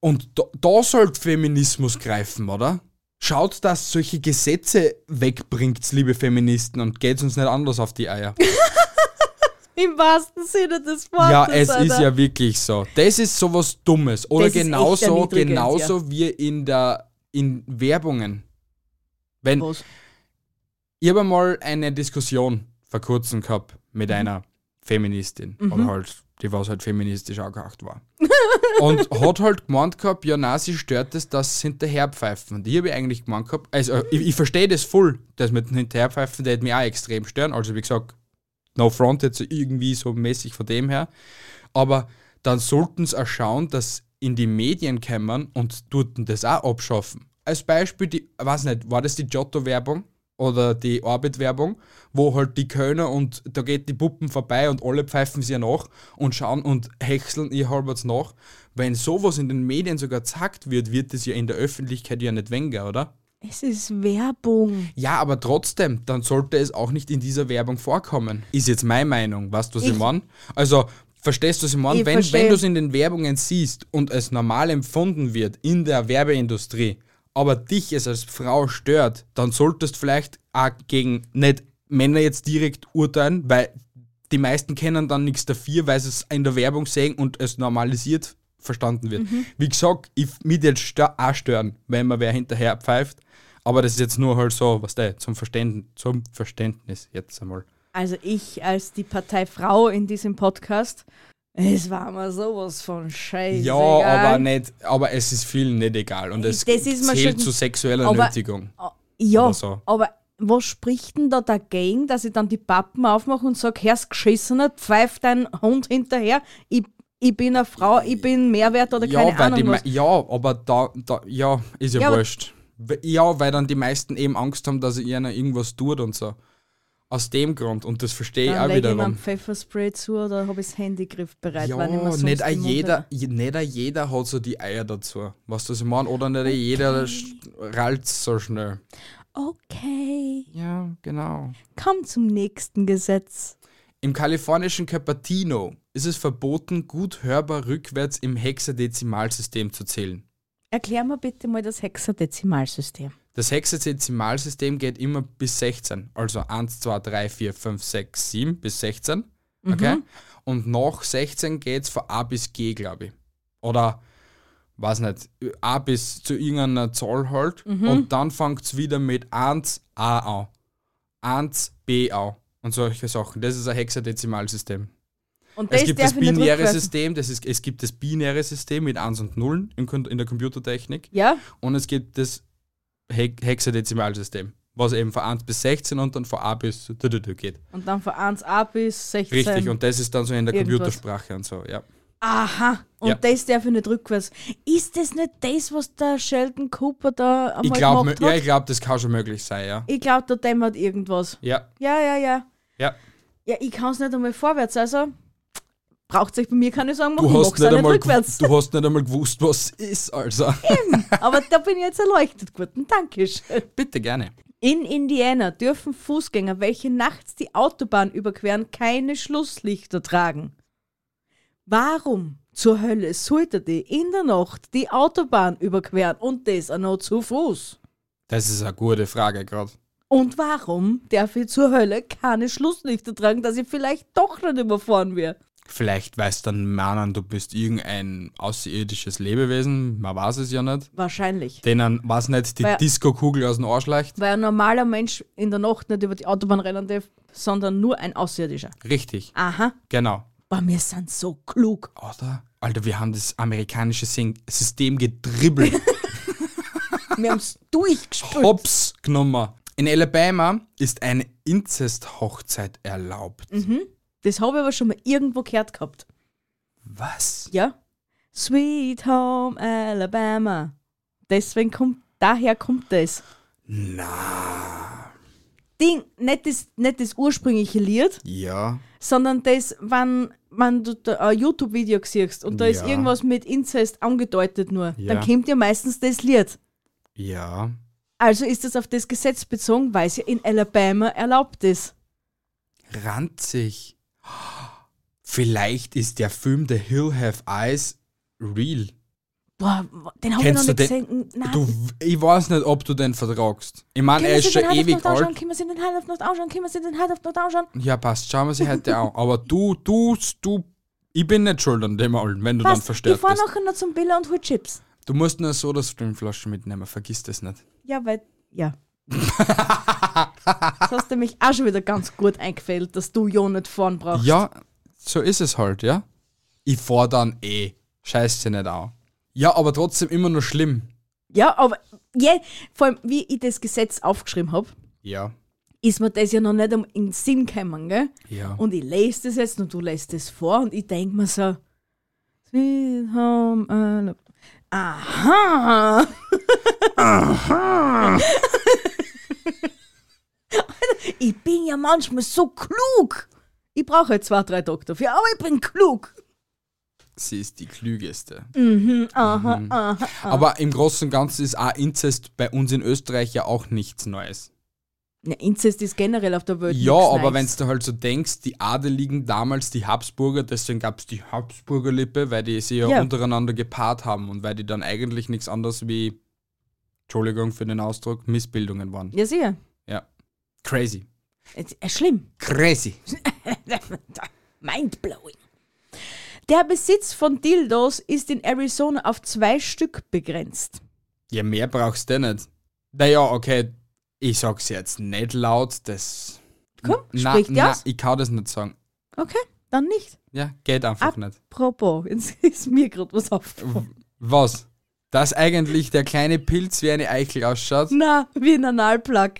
Speaker 1: Und da, da sollte Feminismus greifen, oder? Schaut, dass solche Gesetze wegbringt, liebe Feministen, und geht uns nicht anders auf die Eier.
Speaker 2: Im wahrsten Sinne des Wortes.
Speaker 1: ja, es ist
Speaker 2: Alter.
Speaker 1: ja wirklich so. Das ist sowas Dummes. Oder
Speaker 2: Das ist echt
Speaker 1: genauso,
Speaker 2: erniedrigend,
Speaker 1: genauso wie in der in Werbungen. Wenn
Speaker 2: Was?
Speaker 1: ich habe mal eine Diskussion vor kurzem gehabt mit einer Feministin. Oder halt, die was halt feministisch angehaucht war. und hat halt gemeint gehabt, ja, na, sie stört es, dass sie hinterherpfeifen. Und ich habe eigentlich gemeint gehabt, also äh, ich, ich verstehe das voll, das mit dem Hinterherpfeifen, der hätte mich auch extrem stören. Also wie gesagt, no front jetzt irgendwie so mäßig von dem her. Aber dann sollten sie auch schauen, dass in die Medien kämmern und dort das auch abschaffen. Als Beispiel, die, weiß nicht, war das die Giotto-Werbung oder die Orbit-Werbung, wo halt die Kölner und da geht die Puppen vorbei und alle pfeifen sie nach und schauen und häckseln ihr halberts nach. Wenn sowas in den Medien sogar gesagt wird, wird es ja in der Öffentlichkeit ja nicht weniger, oder?
Speaker 2: Es ist Werbung.
Speaker 1: Ja, aber trotzdem, dann sollte es auch nicht in dieser Werbung vorkommen. Ist jetzt meine Meinung, weißt du, was ich,
Speaker 2: Ich-
Speaker 1: meine? Also, verstehst du, was ich meine?
Speaker 2: Ich
Speaker 1: Wenn,
Speaker 2: versteh.
Speaker 1: wenn du es in den Werbungen siehst und als normal empfunden wird in der Werbeindustrie, aber dich es als Frau stört, dann solltest vielleicht auch gegen nicht Männer jetzt direkt urteilen, weil die meisten kennen dann nichts dafür, weil sie es in der Werbung sehen und es normalisiert verstanden wird. Wie gesagt, ich mich jetzt stö auch stören, wenn man wer hinterher pfeift. Aber das ist jetzt nur halt so, was der zum Verständnis, zum Verständnis jetzt einmal.
Speaker 2: Also ich als die Parteifrau in diesem Podcast, es war mal sowas von scheiße.
Speaker 1: Ja, aber ne- nicht, aber es ist vielen nicht egal. Und es
Speaker 2: Das ist mir
Speaker 1: zählt
Speaker 2: schon-
Speaker 1: zu sexueller
Speaker 2: aber-
Speaker 1: Nötigung.
Speaker 2: Oh, Ja,
Speaker 1: Oder so.
Speaker 2: aber was spricht denn da dagegen, dass ich dann die Pappen aufmache und sage, Herr's Geschissener, pfeift dein Hund hinterher, ich, ich bin eine Frau, ich bin Mehrwert oder
Speaker 1: Ja,
Speaker 2: keine
Speaker 1: weil die
Speaker 2: Ahnung was.
Speaker 1: mei- ja, aber da, da ja, ist ja,
Speaker 2: Ja, aber-
Speaker 1: wurscht. We- Ja, weil dann die meisten eben Angst haben, dass ihr einer irgendwas tut und so. Aus dem Grund, und das verstehe ich
Speaker 2: Dann
Speaker 1: eh auch
Speaker 2: lege ich mir
Speaker 1: wiederum.
Speaker 2: einen Äh, Pfefferspray zu oder habe ich das Handy griffbereit,
Speaker 1: Ja,
Speaker 2: wenn ich mir sonst
Speaker 1: nicht, auch
Speaker 2: im Mund
Speaker 1: jeder,
Speaker 2: hätte.
Speaker 1: je- nicht auch jeder hat so die Eier dazu. Weißt du, was ich meine? Oder nicht jeder rallt so schnell.
Speaker 2: Okay,
Speaker 1: Ja, genau.
Speaker 2: komm zum nächsten Gesetz.
Speaker 1: Im kalifornischen Cupertino ist es verboten, gut hörbar rückwärts im Hexadezimalsystem zu zählen.
Speaker 2: Erklär mir bitte mal das Hexadezimalsystem.
Speaker 1: Das Hexadezimalsystem geht immer bis 16. Also 1, 2, 3, 4, 5, 6, 7 bis 16. Okay? Und nach 16 geht es von A bis G, glaube ich. Oder, weiß nicht, A bis zu irgendeiner Zahl halt. Und dann fängt es wieder mit 1 A an. 1 B an. Und solche Sachen. Das ist ein Hexadezimalsystem.
Speaker 2: Und
Speaker 1: Es gibt das
Speaker 2: darf ich nicht
Speaker 1: binäre
Speaker 2: rückwärts-
Speaker 1: System, das ist, es gibt das binäre System mit 1 und 0 in, Kon- in der Computertechnik
Speaker 2: Ja,
Speaker 1: und es gibt das He Hexadezimalsystem, was eben von 1 bis 16 und dann von A bis dü- dü- dü geht.
Speaker 2: und dann von 1a bis 16.
Speaker 1: Richtig, und das ist dann so in der
Speaker 2: Irgendwas.
Speaker 1: Computersprache und so, ja.
Speaker 2: Aha, und
Speaker 1: Ja.
Speaker 2: das darf ich nicht rückwärts. Ist das nicht das, was der Sheldon Cooper da einmal
Speaker 1: Ich glaube,
Speaker 2: gemacht hat?
Speaker 1: ja, ich glaub, das kann schon möglich sein, ja.
Speaker 2: ich glaube, da dämmert irgendwas.
Speaker 1: Ja,
Speaker 2: Ja, ja, ja.
Speaker 1: ja.
Speaker 2: Ja, ich kann es nicht einmal vorwärts, also braucht sich bei mir keine Sorgen machen,
Speaker 1: Du
Speaker 2: ich
Speaker 1: hast,
Speaker 2: mag's auch
Speaker 1: nicht
Speaker 2: nicht
Speaker 1: einmal,
Speaker 2: rückwärts.
Speaker 1: gew- du hast nicht einmal gewusst, was es ist, also.
Speaker 2: Aber da bin ich jetzt erleuchtet. Guten Dankeschön.
Speaker 1: Bitte gerne.
Speaker 2: In Indiana dürfen Fußgänger, welche nachts die Autobahn überqueren, keine Schlusslichter tragen. Warum zur Hölle sollte die in der Nacht die Autobahn überqueren und das auch noch zu Fuß?
Speaker 1: Das ist eine gute Frage gerade.
Speaker 2: Und warum darf ich zur Hölle keine Schlusslichter tragen, dass ich vielleicht doch nicht überfahren werde?
Speaker 1: Vielleicht weiß dann Manan, du bist irgendein außerirdisches Lebewesen, man weiß es ja nicht.
Speaker 2: Wahrscheinlich.
Speaker 1: Denen was nicht die
Speaker 2: Weil-
Speaker 1: Disco-Kugel aus dem Arsch leicht.
Speaker 2: Weil ein normaler Mensch in der Nacht nicht über die Autobahn rennen darf, sondern nur ein Außerirdischer.
Speaker 1: Richtig,
Speaker 2: Aha,
Speaker 1: genau.
Speaker 2: boah, wir sind so klug.
Speaker 1: Oder? Alter, wir haben das amerikanische Syn- System gedribbelt.
Speaker 2: Wir haben es durchgespült.
Speaker 1: Hops genommen. In Alabama ist eine Inzest-Hochzeit erlaubt.
Speaker 2: Mhm. Das habe ich aber schon mal irgendwo gehört gehabt.
Speaker 1: Was?
Speaker 2: Ja. Sweet Home Alabama. Deswegen kommt, daher kommt das.
Speaker 1: Na.
Speaker 2: Ding, nicht das, nicht das ursprüngliche Lied,
Speaker 1: Ja.
Speaker 2: sondern das, wenn, wenn du da ein YouTube-Video siehst und da ist
Speaker 1: Ja.
Speaker 2: irgendwas mit Incest angedeutet nur,
Speaker 1: Ja.
Speaker 2: dann kommt ja meistens das Lied.
Speaker 1: Ja.
Speaker 2: Also ist das auf das Gesetz bezogen, weil es ja in Alabama erlaubt ist.
Speaker 1: Ranzig. Vielleicht ist der Film The Hill Have Eyes real.
Speaker 2: Boah, den habe ich noch
Speaker 1: Kennst
Speaker 2: nicht
Speaker 1: du
Speaker 2: gesehen. Nein,
Speaker 1: Du, ich weiß nicht, ob du den vertragst. Ich meine,
Speaker 2: können
Speaker 1: er
Speaker 2: wir
Speaker 1: ist
Speaker 2: sie den
Speaker 1: schon
Speaker 2: Head auf
Speaker 1: ewig
Speaker 2: Nacht anschauen?
Speaker 1: alt.
Speaker 2: Können wir sie den Head auf Nacht anschauen? Können wir sie den Head auf Nacht anschauen?
Speaker 1: Ja, passt. Schauen wir sie heute an. Aber du, du, du, ich bin nicht schuld an dem allen, wenn du dann
Speaker 2: Passt, ich
Speaker 1: verstört
Speaker 2: fahre
Speaker 1: bist.
Speaker 2: nachher noch zum Billa und hol Chips.
Speaker 1: Du musst nur so das Streamflaschen mitnehmen, vergiss das nicht.
Speaker 2: Ja, weil, ja. das hast du mich auch schon wieder ganz gut eingefällt, dass du ja nicht fahren brauchst.
Speaker 1: Ja, so ist es halt, ja. Ich fahr dann eh. Scheiß sie nicht an. Ja, aber trotzdem immer nur schlimm.
Speaker 2: Ja, aber je, vor allem, wie ich das Gesetz aufgeschrieben habe,
Speaker 1: Ja.
Speaker 2: ist mir das ja noch nicht um- in den Sinn gekommen, gell?
Speaker 1: Ja.
Speaker 2: Und ich lese das jetzt und du lässt das vor und ich denke mir so, Sweet Home Alabama. Aha! Aha! ich bin ja manchmal so klug. Ich brauche halt zwei, drei Tage dafür, aber ich bin klug.
Speaker 1: sie ist die klügeste.
Speaker 2: Aha,
Speaker 1: Mhm.
Speaker 2: aha.
Speaker 1: Aber im Großen und Ganzen ist auch Inzest bei uns in Österreich ja auch nichts Neues.
Speaker 2: Ja, Inzest ist generell auf der Welt.
Speaker 1: Ja,
Speaker 2: nix
Speaker 1: aber
Speaker 2: Neues.
Speaker 1: wenn du halt so denkst, die Adeligen damals, die Habsburger, deswegen gab es die Habsburgerlippe, weil die sie ja,
Speaker 2: Ja.
Speaker 1: untereinander gepaart haben und weil die dann eigentlich nichts anderes wie, Entschuldigung für den Ausdruck, Missbildungen waren.
Speaker 2: Ja, sicher.
Speaker 1: Ja. Crazy.
Speaker 2: Es ist Schlimm.
Speaker 1: Crazy.
Speaker 2: Mindblowing. Der Besitz von Dildos ist in Arizona auf zwei Stück begrenzt.
Speaker 1: Ja, mehr brauchst du nicht. Naja, okay, ich sag's jetzt nicht laut, das.
Speaker 2: Komm,
Speaker 1: Na,
Speaker 2: sprich dir
Speaker 1: na,
Speaker 2: aus.
Speaker 1: ich kann das nicht sagen.
Speaker 2: Okay, dann nicht.
Speaker 1: Ja, geht einfach nicht.
Speaker 2: Apropos, jetzt ist mir gerade was aufgefallen.
Speaker 1: Was? Dass eigentlich der kleine Pilz wie eine Eichel ausschaut?
Speaker 2: Na, wie ein Analplug.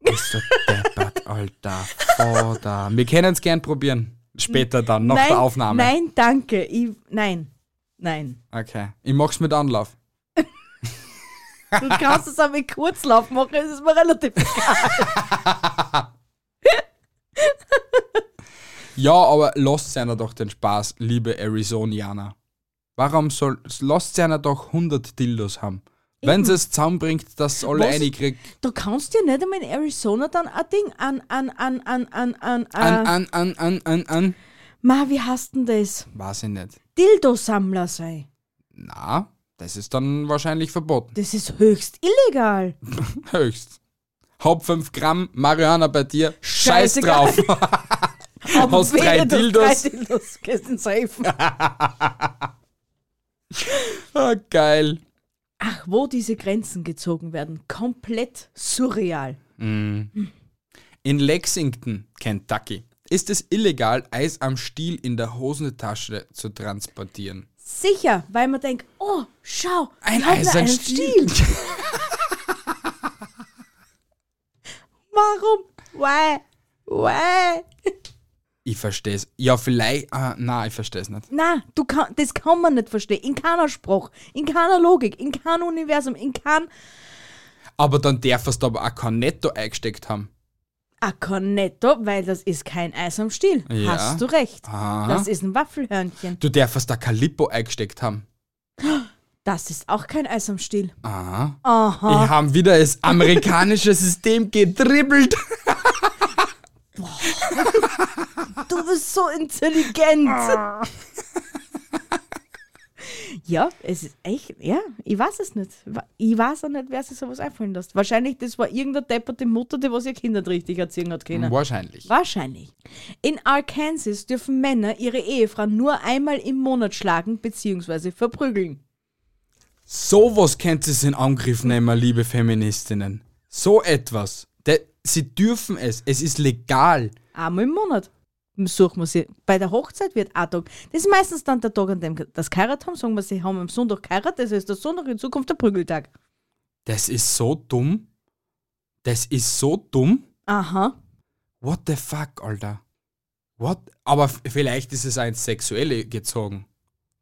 Speaker 1: Bist du deppert, alter Vater. Wir können es gern probieren. Später dann, nach
Speaker 2: nein,
Speaker 1: der Aufnahme.
Speaker 2: Nein, danke. Ich, nein, nein.
Speaker 1: Okay, ich mach's mit Anlauf.
Speaker 2: Du kannst es auch mit Kurzlauf machen, das ist mir relativ egal.
Speaker 1: Ja, aber lasst einer doch den Spaß, liebe Arizonianer. Warum soll. Lasst einer doch 100 Dildos haben. Wenn sie es zusammenbringt, dass sie alle
Speaker 2: Was?
Speaker 1: reinkriegt.
Speaker 2: Du kannst dir nicht einmal in Arizona dann ein Ding an, an, an, an, an,
Speaker 1: An,
Speaker 2: an, an.
Speaker 1: an, an, an, an, an.
Speaker 2: Ma, wie hast denn das?
Speaker 1: Weiß ich nicht.
Speaker 2: Dildosammler sei.
Speaker 1: Na, das ist dann wahrscheinlich verboten.
Speaker 2: Das ist höchst illegal.
Speaker 1: Höchst. Hab 5 Gramm Marihuana bei dir. Scheiß
Speaker 2: Scheißegal.
Speaker 1: drauf. Hast
Speaker 2: Wenn
Speaker 1: drei
Speaker 2: du drei
Speaker 1: Dildos.
Speaker 2: Dildos gehst in Safe.
Speaker 1: Ah, geil.
Speaker 2: Ach, wo diese Grenzen gezogen werden. Komplett surreal.
Speaker 1: In Lexington, Kentucky, ist es illegal, Eis am Stiel in der Hosentasche zu transportieren.
Speaker 2: Sicher, weil man denkt, oh, schau,
Speaker 1: Ein
Speaker 2: die haben
Speaker 1: Eis
Speaker 2: da
Speaker 1: am
Speaker 2: einen
Speaker 1: Stiel.
Speaker 2: Warum? Why? Why?
Speaker 1: Ich versteh's. Ja, vielleicht. Ah, na, ich versteh's nicht.
Speaker 2: Na, du kann, das kann man nicht verstehen. In keiner Spruch, in keiner Logik, in keinem Universum, in kein...
Speaker 1: Aber dann darf es aber auch kein Netto eingesteckt haben.
Speaker 2: A Cornetto, weil das ist kein Eis am Stiel.
Speaker 1: Ja.
Speaker 2: Hast du recht.
Speaker 1: Aha.
Speaker 2: Das ist ein Waffelhörnchen.
Speaker 1: Du darfst da kein Lippo eingesteckt haben.
Speaker 2: Das ist auch kein Eis am Stiel.
Speaker 1: Aha.
Speaker 2: Aha.
Speaker 1: Die haben Ah. wieder das amerikanische System getribbelt.
Speaker 2: Du bist so intelligent. ja, es ist echt, ja, ich weiß es nicht. Wa- Ich weiß auch nicht, wer sich sowas einfallen lässt. Wahrscheinlich, das war irgendeine depperte Mutter, die was ihr Kind nicht richtig erziehen hat können.
Speaker 1: Wahrscheinlich.
Speaker 2: Wahrscheinlich. In Arkansas dürfen Männer ihre Ehefrau nur einmal im Monat schlagen bzw. verprügeln.
Speaker 1: Sowas könnt ihr in Angriff nehmen, liebe Feministinnen. So etwas. De, sie dürfen es. Es ist legal.
Speaker 2: Einmal im Monat. Suchen wir sie. Bei der Hochzeit wird ein Tag. Das ist meistens dann der Tag, an dem das geheiratet haben. Sagen wir, sie haben am Sonntag geheiratet, das heißt der Sonntag in Zukunft der Prügeltag.
Speaker 1: Das ist so dumm. Das ist so dumm.
Speaker 2: Aha.
Speaker 1: What the fuck, Alter? What? Aber f- vielleicht ist es ein Sexuelle gezogen,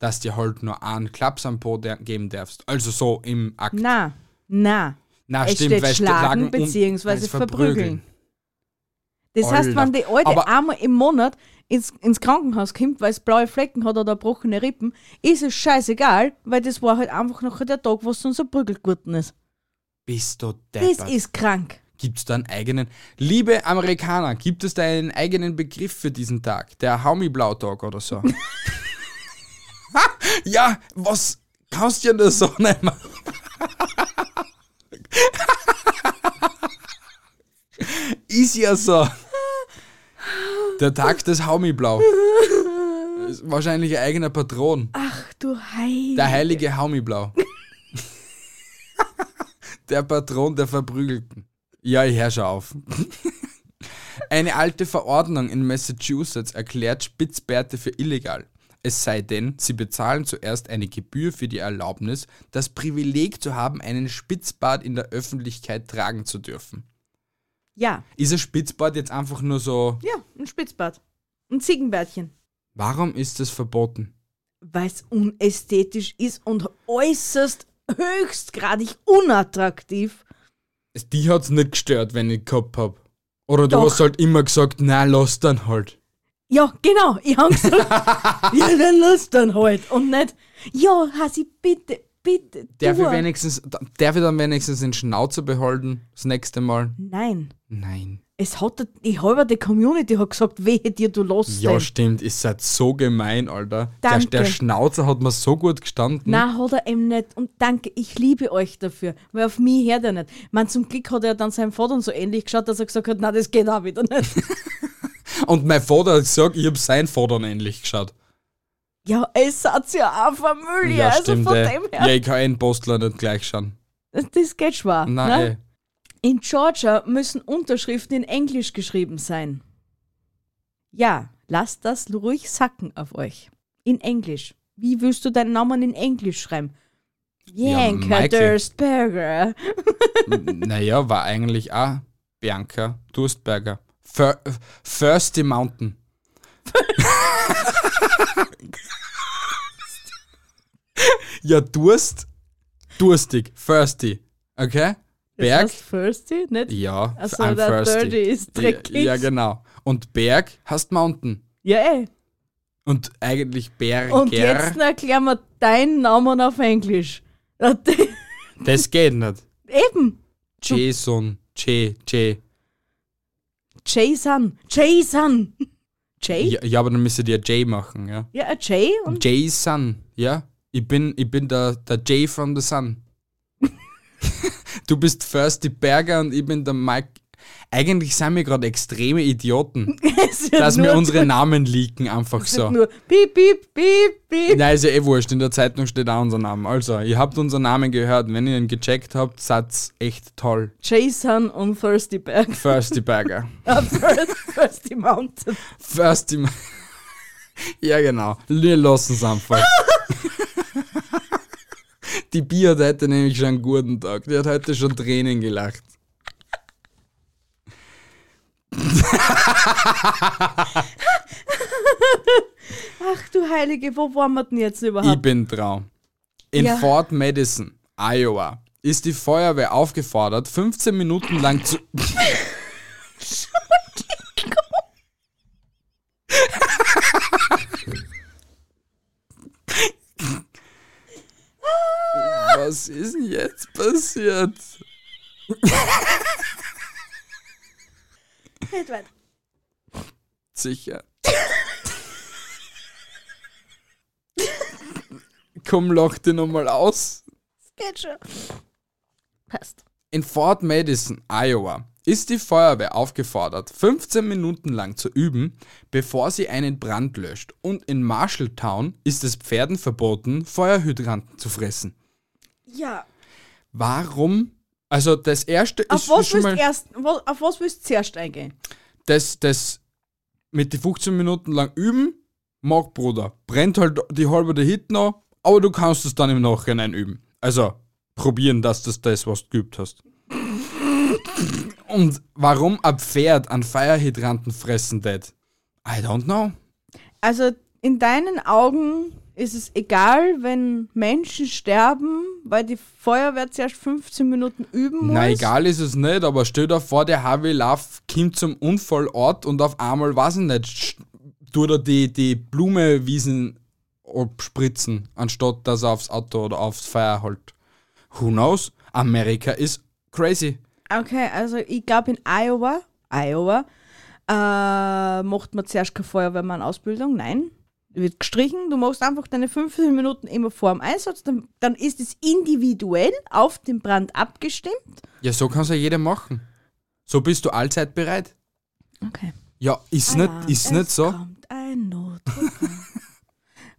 Speaker 1: dass dir halt nur einen Klaps am Po der- geben darfst. Also so im Akt.
Speaker 2: Na, na.
Speaker 1: Na,
Speaker 2: es steht
Speaker 1: weil
Speaker 2: schlagen
Speaker 1: und-
Speaker 2: beziehungsweise
Speaker 1: als
Speaker 2: verprügeln. Das heißt,
Speaker 1: Alter.
Speaker 2: wenn die Alte
Speaker 1: Aber-
Speaker 2: einmal im Monat ins, ins Krankenhaus kommt, weil es blaue Flecken hat oder gebrochene Rippen, ist es scheißegal, weil das war halt einfach nachher der Tag, wo es unser Prügelgurten ist.
Speaker 1: Bist du
Speaker 2: Das
Speaker 1: deppert.
Speaker 2: ist krank.
Speaker 1: Gibt es da einen eigenen... Liebe Amerikaner, gibt es da einen eigenen Begriff für diesen Tag? Der Haumi-Blautag oder so? ja, was kannst du denn da so nehmen? ist ja so. Der Tag des Haumi-Blau. Ist Wahrscheinlich ein eigener Patron.
Speaker 2: Ach du Heilige.
Speaker 1: Der heilige Haumi-Blau. der Patron der Verprügelten. Ja, ich herrsche auf. Eine alte Verordnung in Massachusetts erklärt Spitzbärte für illegal. Es sei denn, sie bezahlen zuerst eine Gebühr für die Erlaubnis, das Privileg zu haben, einen Spitzbart in der Öffentlichkeit tragen zu dürfen.
Speaker 2: Ja,
Speaker 1: Ist ein Spitzbart jetzt einfach nur so,
Speaker 2: ja, ein Spitzbart. Ein Ziegenbärtchen.
Speaker 1: warum ist das verboten?
Speaker 2: Weil es unästhetisch ist und äußerst höchstgradig unattraktiv.
Speaker 1: Es- Die hat's nicht gestört, wenn ich gehabt hab. Oder du
Speaker 2: Doch.
Speaker 1: hast halt immer gesagt, na lass dann halt.
Speaker 2: Ja, genau. Ich habe gesagt, ja, dann lass dann halt. Und nicht, ja, Hasi, bitte, bitte.
Speaker 1: Darf
Speaker 2: tu.
Speaker 1: ich, wenigstens, darf ich dann wenigstens den Schnauzer behalten das nächste Mal?
Speaker 2: Nein.
Speaker 1: Nein.
Speaker 2: Es hat, die halbe Community hat gesagt, wehe dir, du lässt
Speaker 1: Ja,
Speaker 2: den.
Speaker 1: stimmt, ihr seid so gemein, Alter. Der,
Speaker 2: Danke.
Speaker 1: der Schnauzer hat mir so gut gestanden.
Speaker 2: Nein, hat er eben nicht. Und danke, ich liebe euch dafür. Weil auf mich hört er nicht. Man, zum Glück hat er dann seinem Vater so ähnlich geschaut, dass er gesagt hat, nein, das geht auch wieder nicht.
Speaker 1: Und mein Vater hat gesagt, ich hab seinen Vater ähnlich geschaut.
Speaker 2: ja, es hat ja auch Familie. also von
Speaker 1: ey.
Speaker 2: dem
Speaker 1: Ja,
Speaker 2: her.
Speaker 1: ich kann einen Postler nicht gleich schauen. eh.
Speaker 2: Das geht schwer.
Speaker 1: Nein, äh,
Speaker 2: ne?
Speaker 1: ey.
Speaker 2: In Georgia müssen Unterschriften in Englisch geschrieben sein. Ja, lasst das ruhig sacken auf euch. In Englisch. Wie willst du deinen Namen in Englisch schreiben? Bianca
Speaker 1: Michael.
Speaker 2: Durstberger.
Speaker 1: naja, war eigentlich auch Bianca Durstberger. Fir Thirsty Mountain. ja, Durst. Durstig. Thirsty. Okay? Berg.
Speaker 2: Was, thirsty? Nicht?
Speaker 1: Ja,
Speaker 2: Ach so,
Speaker 1: I'm
Speaker 2: der
Speaker 1: thirsty.
Speaker 2: Dirty ist dreckig.
Speaker 1: Ja, ja, genau. Und Berg heißt Mountain.
Speaker 2: Ja, ey.
Speaker 1: Und eigentlich Berger.
Speaker 2: Und jetzt ne- erklären wir deinen Namen auf Englisch.
Speaker 1: das geht nicht.
Speaker 2: Eben.
Speaker 1: Jason. J, J.
Speaker 2: Jason. Jason. Jay? Ja,
Speaker 1: Ja, ja, aber dann müsstet ihr J machen, ja.
Speaker 2: ein Jay und
Speaker 1: Jason, ja? Ich bin, ich bin der, der Jay from the Sun. du bist Thirsty Berger und ich bin der Mike. Eigentlich sind wir gerade extreme Idioten,
Speaker 2: es wird
Speaker 1: dass wir
Speaker 2: nur-
Speaker 1: unsere Namen leaken, einfach
Speaker 2: es wird
Speaker 1: so.
Speaker 2: nur piep, piep, piep, piep.
Speaker 1: Nein, ist ja eh wurscht, in der Zeitung steht auch unser Name. Also, ihr habt unseren Namen gehört. Wenn ihr ihn gecheckt habt, seid's echt toll.
Speaker 2: Jason und Thirsty Berg.
Speaker 1: Thirsty Berger.
Speaker 2: Thirsty Mountain.
Speaker 1: Thirsty. Ma- ja, genau. Wir lassen es einfach. Die Bi hat heute nämlich schon einen guten Tag. Die hat heute schon Tränen gelacht.
Speaker 2: Ach du Heilige, wo waren wir denn jetzt
Speaker 1: Ich
Speaker 2: überhaupt?
Speaker 1: bin Traum. In
Speaker 2: Ah. Ja.
Speaker 1: Fort Madison, Iowa, ist die Feuerwehr aufgefordert, 15 Minuten lang zu. Was ist denn jetzt passiert?
Speaker 2: Edward.
Speaker 1: Sicher. Komm, loch dir nochmal aus.
Speaker 2: Geht schon. Passt.
Speaker 1: In Fort Madison, Iowa, ist die Feuerwehr aufgefordert, 15 Minuten lang zu üben, bevor sie einen Brand löscht. Und in Marshalltown ist es Pferden verboten, Feuerhydranten zu fressen.
Speaker 2: Ja.
Speaker 1: Warum? Also das erste
Speaker 2: Auf
Speaker 1: ist
Speaker 2: was,
Speaker 1: schon
Speaker 2: willst
Speaker 1: mal
Speaker 2: erst, wo, auf was willst du zuerst eingehen?
Speaker 1: das, das mit die 15 Minuten lang üben, mag Bruder. Brennt halt die halbe der Hit noch, aber du kannst es dann im Nachhinein üben. Also probieren, dass das das, was du geübt hast. Und warum ein Pferd an Feierhydranten fressen tät? I don't know.
Speaker 2: Also in deinen Augen ist es egal, wenn Menschen sterben, weil die Feuerwehr zuerst 15 Minuten üben muss.
Speaker 1: Na, egal ist es nicht, aber stell dir vor, der Harvey Love kommt zum Unfallort und auf einmal, weiß ich nicht, sch- tut er die, die Blumenwiesen abspritzen, anstatt dass er aufs Auto oder aufs Feuer halt. Who knows? Amerika ist crazy.
Speaker 2: Okay, also ich glaube in Iowa, Iowa, äh, macht man zuerst keine Feuerwehrmann-Ausbildung, nein. Wird gestrichen, du machst einfach deine 15 Minuten immer vor dem Einsatz, dann, dann ist es individuell auf den Brand abgestimmt.
Speaker 1: Ja, so kann's ja jeder machen. So bist du allzeit bereit.
Speaker 2: Okay.
Speaker 1: Ja, ist nicht, ist nicht so.
Speaker 2: Ah Kommt ein Notfall.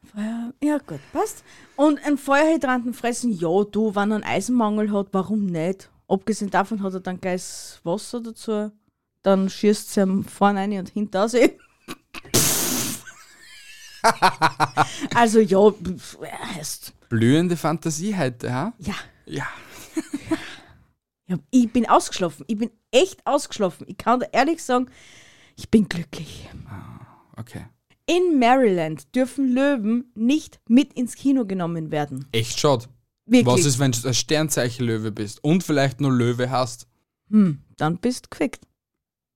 Speaker 2: Feuer, ja gut, passt. Und ein Feuerhydranten fressen, ja du, wenn er einen Eisenmangel hat, warum nicht? Abgesehen davon hat er dann geiles Wasser dazu. Dann schießt sie ihm vorne rein und hinten eh. aus. also ja, pf, heißt,
Speaker 1: Blühende Fantasie heute, ha?
Speaker 2: ja.
Speaker 1: Ja.
Speaker 2: Ja, Ich bin ausgeschlafen. Ich bin echt ausgeschlafen. Ich kann dir ehrlich sagen, ich bin glücklich.
Speaker 1: Okay.
Speaker 2: In Maryland dürfen Löwen nicht mit ins Kino genommen werden.
Speaker 1: Echt schade.
Speaker 2: Wirklich.
Speaker 1: Was ist, wenn du ein Sternzeichen Löwe bist und vielleicht nur Löwe hast?
Speaker 2: hm, dann bist du gefickt.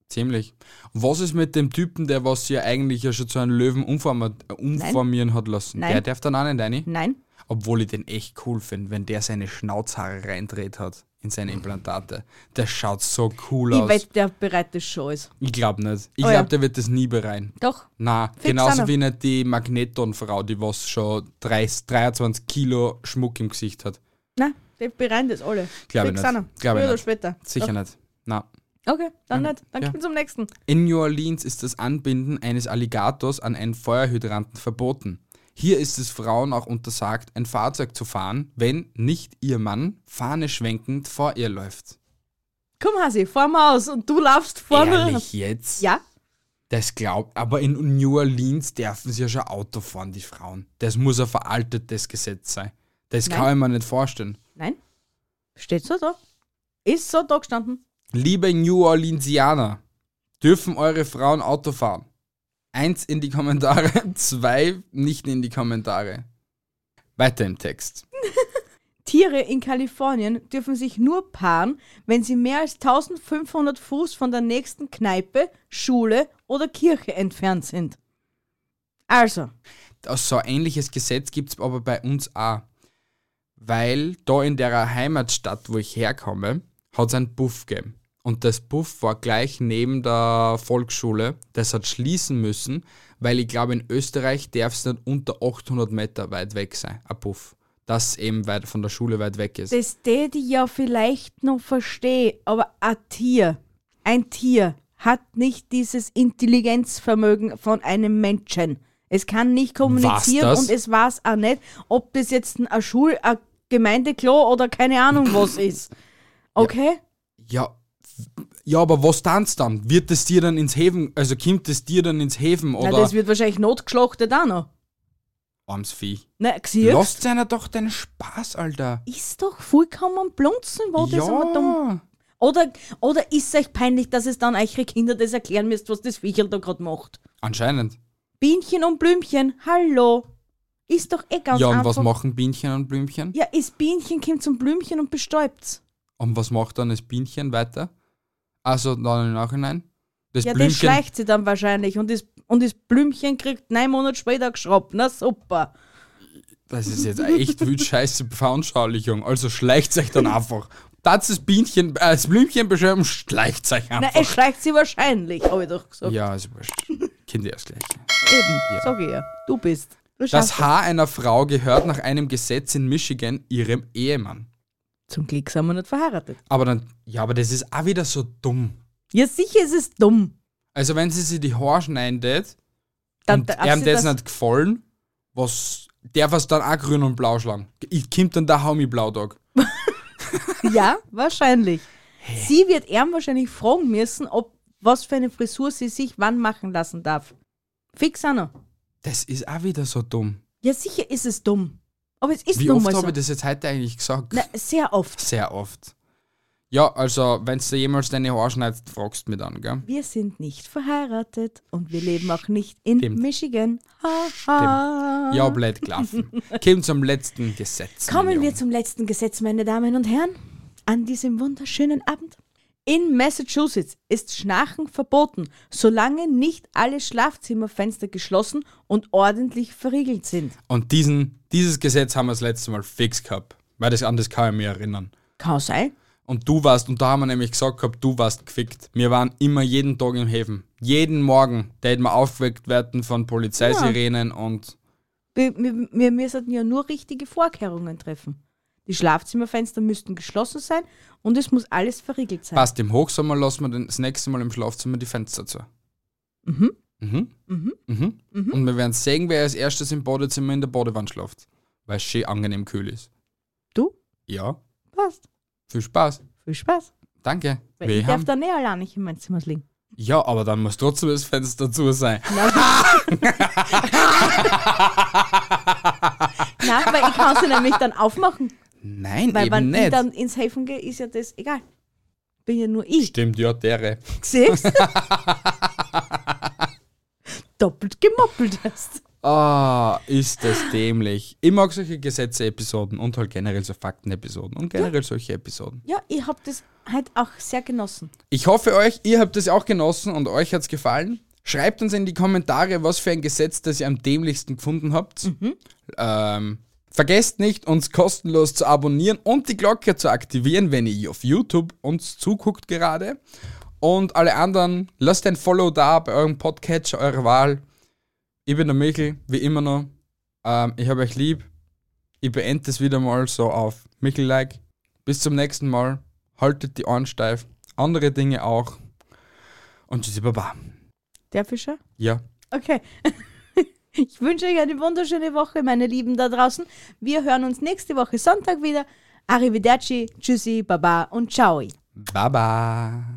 Speaker 1: Ziemlich. Was ist mit dem Typen, der was ja eigentlich ja schon zu einem Löwen umformat, äh, umformieren hat lassen?
Speaker 2: Nein.
Speaker 1: Der darf dann auch nicht rein.
Speaker 2: Nein.
Speaker 1: Obwohl ich den echt cool finde, wenn der seine Schnauzhaare reindreht hat in seine Implantate. Der schaut so cool
Speaker 2: Ich
Speaker 1: aus.
Speaker 2: wette, der bereit das schon ist.
Speaker 1: Ich glaube nicht. Ich
Speaker 2: Oh ja.
Speaker 1: glaube, der wird das nie bereien.
Speaker 2: Doch.
Speaker 1: Na,
Speaker 2: Fix
Speaker 1: genauso
Speaker 2: einer.
Speaker 1: wie nicht die Magneton-Frau, die was schon 30, 23 Kilo Schmuck im Gesicht hat.
Speaker 2: Nein, der bereint das alle.
Speaker 1: Glaube ich
Speaker 2: Fix
Speaker 1: nicht.
Speaker 2: einer.
Speaker 1: Glaube ich
Speaker 2: Früher oder
Speaker 1: nicht.
Speaker 2: später.
Speaker 1: Sicher nicht. Na.
Speaker 2: Doch. Okay, dann nicht. Dann
Speaker 1: Ja.
Speaker 2: ja. zum nächsten.
Speaker 1: In New Orleans ist das Anbinden eines Alligators an einen Feuerhydranten verboten. Hier ist es Frauen auch untersagt, ein Fahrzeug zu fahren, wenn nicht ihr Mann Fahne schwenkend vor ihr läuft.
Speaker 2: Komm, Hasi, fahr mal aus und du laufst vorne.
Speaker 1: Ehrlich jetzt?
Speaker 2: Ja,
Speaker 1: Das glaubt, aber in New Orleans dürfen sie ja schon Auto fahren, die Frauen. Das muss ein veraltetes Gesetz sein. Das
Speaker 2: Nein.
Speaker 1: kann ich mir nicht vorstellen.
Speaker 2: nein. Steht so da. Ist so da gestanden.
Speaker 1: Liebe New Orleansianer, dürfen eure Frauen Auto fahren? Eins in die Kommentare, zwei nicht in die Kommentare. Weiter im Text.
Speaker 2: Tiere in Kalifornien dürfen sich nur paaren, wenn sie mehr als 1500 Fuß von der nächsten Kneipe, Schule oder Kirche entfernt sind. Also,
Speaker 1: Das so ein ähnliches Gesetz gibt es aber bei uns auch. Weil da in der Heimatstadt, wo ich herkomme, hat es einen Puff gegeben. Und das Puff war gleich neben der Volksschule. Das hat schließen müssen, weil ich glaube, in Österreich darf es nicht unter 800 Meter weit weg sein, ein Puff. Das eben weit von der Schule weit weg ist.
Speaker 2: das täte ich ja vielleicht noch verstehe, aber ein Tier, ein Tier hat nicht dieses Intelligenzvermögen von einem Menschen. Es kann nicht kommunizieren
Speaker 1: das?
Speaker 2: und es weiß auch nicht, ob das jetzt ein Schul-, ein Gemeindeklo oder keine Ahnung was ist. Okay?
Speaker 1: Ja, ja, aber was tanzt dann? Wird das Tier dann ins Häfen, also kommt das Tier dann ins Häfen
Speaker 2: Na,
Speaker 1: oder
Speaker 2: das wird wahrscheinlich notgeschlachtet auch noch.
Speaker 1: arms Vieh?
Speaker 2: Na, siehst
Speaker 1: Lasst einer doch den Spaß, Alter.
Speaker 2: Ist doch vollkommen blunzen, wo das einmal dumm.
Speaker 1: Ja.
Speaker 2: Oder, oder ist es euch peinlich, dass es dann eure Kinder das erklären müsst, was das Viecherl da gerade macht?
Speaker 1: Anscheinend.
Speaker 2: Bienchen und Blümchen, hallo. Ist doch eh ganz
Speaker 1: ja, und
Speaker 2: einfach.
Speaker 1: was machen Bienchen und Blümchen?
Speaker 2: ja, das Bienchen kommt zum Blümchen und bestäubt's.
Speaker 1: Und was macht dann das Bienchen weiter? Also dann im Nachhinein? Das
Speaker 2: Ja, das
Speaker 1: Blümchen.
Speaker 2: schleicht sie dann wahrscheinlich und das, und das Blümchen kriegt neun Monate später geschraubt. Na super.
Speaker 1: Das ist jetzt echt wüt scheiße Veranschaulichung. Also schleicht euch dann einfach. Das ist Bienchen, äh, das Blümchen beschreiben, schleicht euch
Speaker 2: Na, es
Speaker 1: einfach.
Speaker 2: schleicht sie wahrscheinlich, habe ich doch gesagt.
Speaker 1: ja, ist wurscht. Kinder das Gleiche.
Speaker 2: Eben, sag ich ja. Du bist. Du
Speaker 1: Das
Speaker 2: schaffst
Speaker 1: Haar einer Frau gehört nach einem Gesetz in Michigan ihrem Ehemann.
Speaker 2: Zum Glück sind wir nicht verheiratet.
Speaker 1: Aber dann, ja, aber das ist auch wieder so dumm.
Speaker 2: Ja, sicher ist es dumm.
Speaker 1: Also wenn sie sich die Haare schneidet
Speaker 2: Dann
Speaker 1: und
Speaker 2: darf
Speaker 1: ihm
Speaker 2: sie
Speaker 1: das
Speaker 2: das-
Speaker 1: nicht gefallen, was, der was dann auch grün und blau schlagen. Ich kommt dann der Haumi Blautag.
Speaker 2: Ja, wahrscheinlich. Sie wird ihm wahrscheinlich fragen müssen, ob was für eine Frisur sie sich wann machen lassen darf. Fix auch noch.
Speaker 1: Das ist auch wieder so dumm.
Speaker 2: Ja, sicher ist es dumm. also. Aber es ist
Speaker 1: Wie
Speaker 2: nun
Speaker 1: oft
Speaker 2: mal so.
Speaker 1: habe ich das jetzt heute eigentlich gesagt?
Speaker 2: Na, sehr oft.
Speaker 1: Sehr oft. Ja, also wenn du jemals deine Haare schneidest, fragst du mich dann, gell?
Speaker 2: Wir sind nicht verheiratet und wir leben auch nicht in
Speaker 1: Stimmt.
Speaker 2: Michigan. Ha, ha.
Speaker 1: Ja, blöd gelaufen. Kommt zum letzten Gesetz.
Speaker 2: Ah. Kommen
Speaker 1: Million.
Speaker 2: wir zum letzten Gesetz, meine Damen und Herren, an diesem wunderschönen Abend. In Massachusetts ist Schnarchen verboten, solange nicht alle Schlafzimmerfenster geschlossen und ordentlich verriegelt sind.
Speaker 1: Und diesen, dieses Gesetz haben wir das letzte Mal fix gehabt. Weil das anders kann ich mich erinnern.
Speaker 2: Kann sein.
Speaker 1: Und du warst, und da haben wir nämlich gesagt gehabt, du warst gefickt. Wir waren immer jeden Tag im Häfen. Jeden Morgen, da hätten wir aufgeweckt werden von Polizeisirenen und
Speaker 2: Wir, wir, wir müssen ja nur richtige Vorkehrungen treffen. Die Schlafzimmerfenster müssten geschlossen sein und es muss alles verriegelt sein.
Speaker 1: passt im Hochsommer, lassen wir den, das nächste Mal im Schlafzimmer die Fenster zu.
Speaker 2: Mhm.
Speaker 1: Mhm.
Speaker 2: Mhm.
Speaker 1: Mhm. Und wir werden sehen, wer als erstes im Badezimmer in der Badewanne schläft. Weil es schön angenehm kühl ist.
Speaker 2: Du?
Speaker 1: Ja,
Speaker 2: Passt.
Speaker 1: viel Spaß.
Speaker 2: Viel Spaß.
Speaker 1: Danke.
Speaker 2: Weil
Speaker 1: Wir
Speaker 2: ich darf
Speaker 1: haben-
Speaker 2: dann eh allein nicht in mein Zimmer liegen.
Speaker 1: ja, aber dann muss trotzdem das Fenster zu sein.
Speaker 2: Nein, weil ich kann sie nämlich dann aufmachen.
Speaker 1: Nein,
Speaker 2: Weil
Speaker 1: eben
Speaker 2: wenn ich
Speaker 1: nicht.
Speaker 2: dann ins Häfen gehe, ist ja das egal. Bin ja nur ich.
Speaker 1: Stimmt, ja, dere.
Speaker 2: Siehst du? Doppelt gemoppelt hast.
Speaker 1: Ah, ist das dämlich. Ich mag solche Gesetze-Episoden und halt generell so Fakten-Episoden und generell solche Episoden.
Speaker 2: Ja, ich habe das halt auch sehr genossen.
Speaker 1: Ich hoffe euch, ihr habt es auch genossen und euch hat's gefallen. Schreibt uns in die Kommentare, was für ein Gesetz das ihr am dämlichsten gefunden habt. Ähm, vergesst nicht, uns kostenlos zu abonnieren und die Glocke zu aktivieren, wenn ihr auf YouTube uns zuguckt gerade. Und alle anderen, lasst ein Follow da bei eurem Podcatcher eurer Wahl. Ich bin der Michel, wie immer noch. Ähm, ich habe euch lieb. Ich beende es wieder mal so auf Michel-like. Bis zum nächsten Mal. Haltet die Ohren steif. Andere Dinge auch. Und tschüssi, baba.
Speaker 2: Der Fischer?
Speaker 1: Ja.
Speaker 2: Okay. Ich wünsche euch eine wunderschöne Woche, meine Lieben da draußen. Wir hören uns nächste Woche Sonntag wieder. Arrivederci, tschüssi, baba und ciao.
Speaker 1: Baba.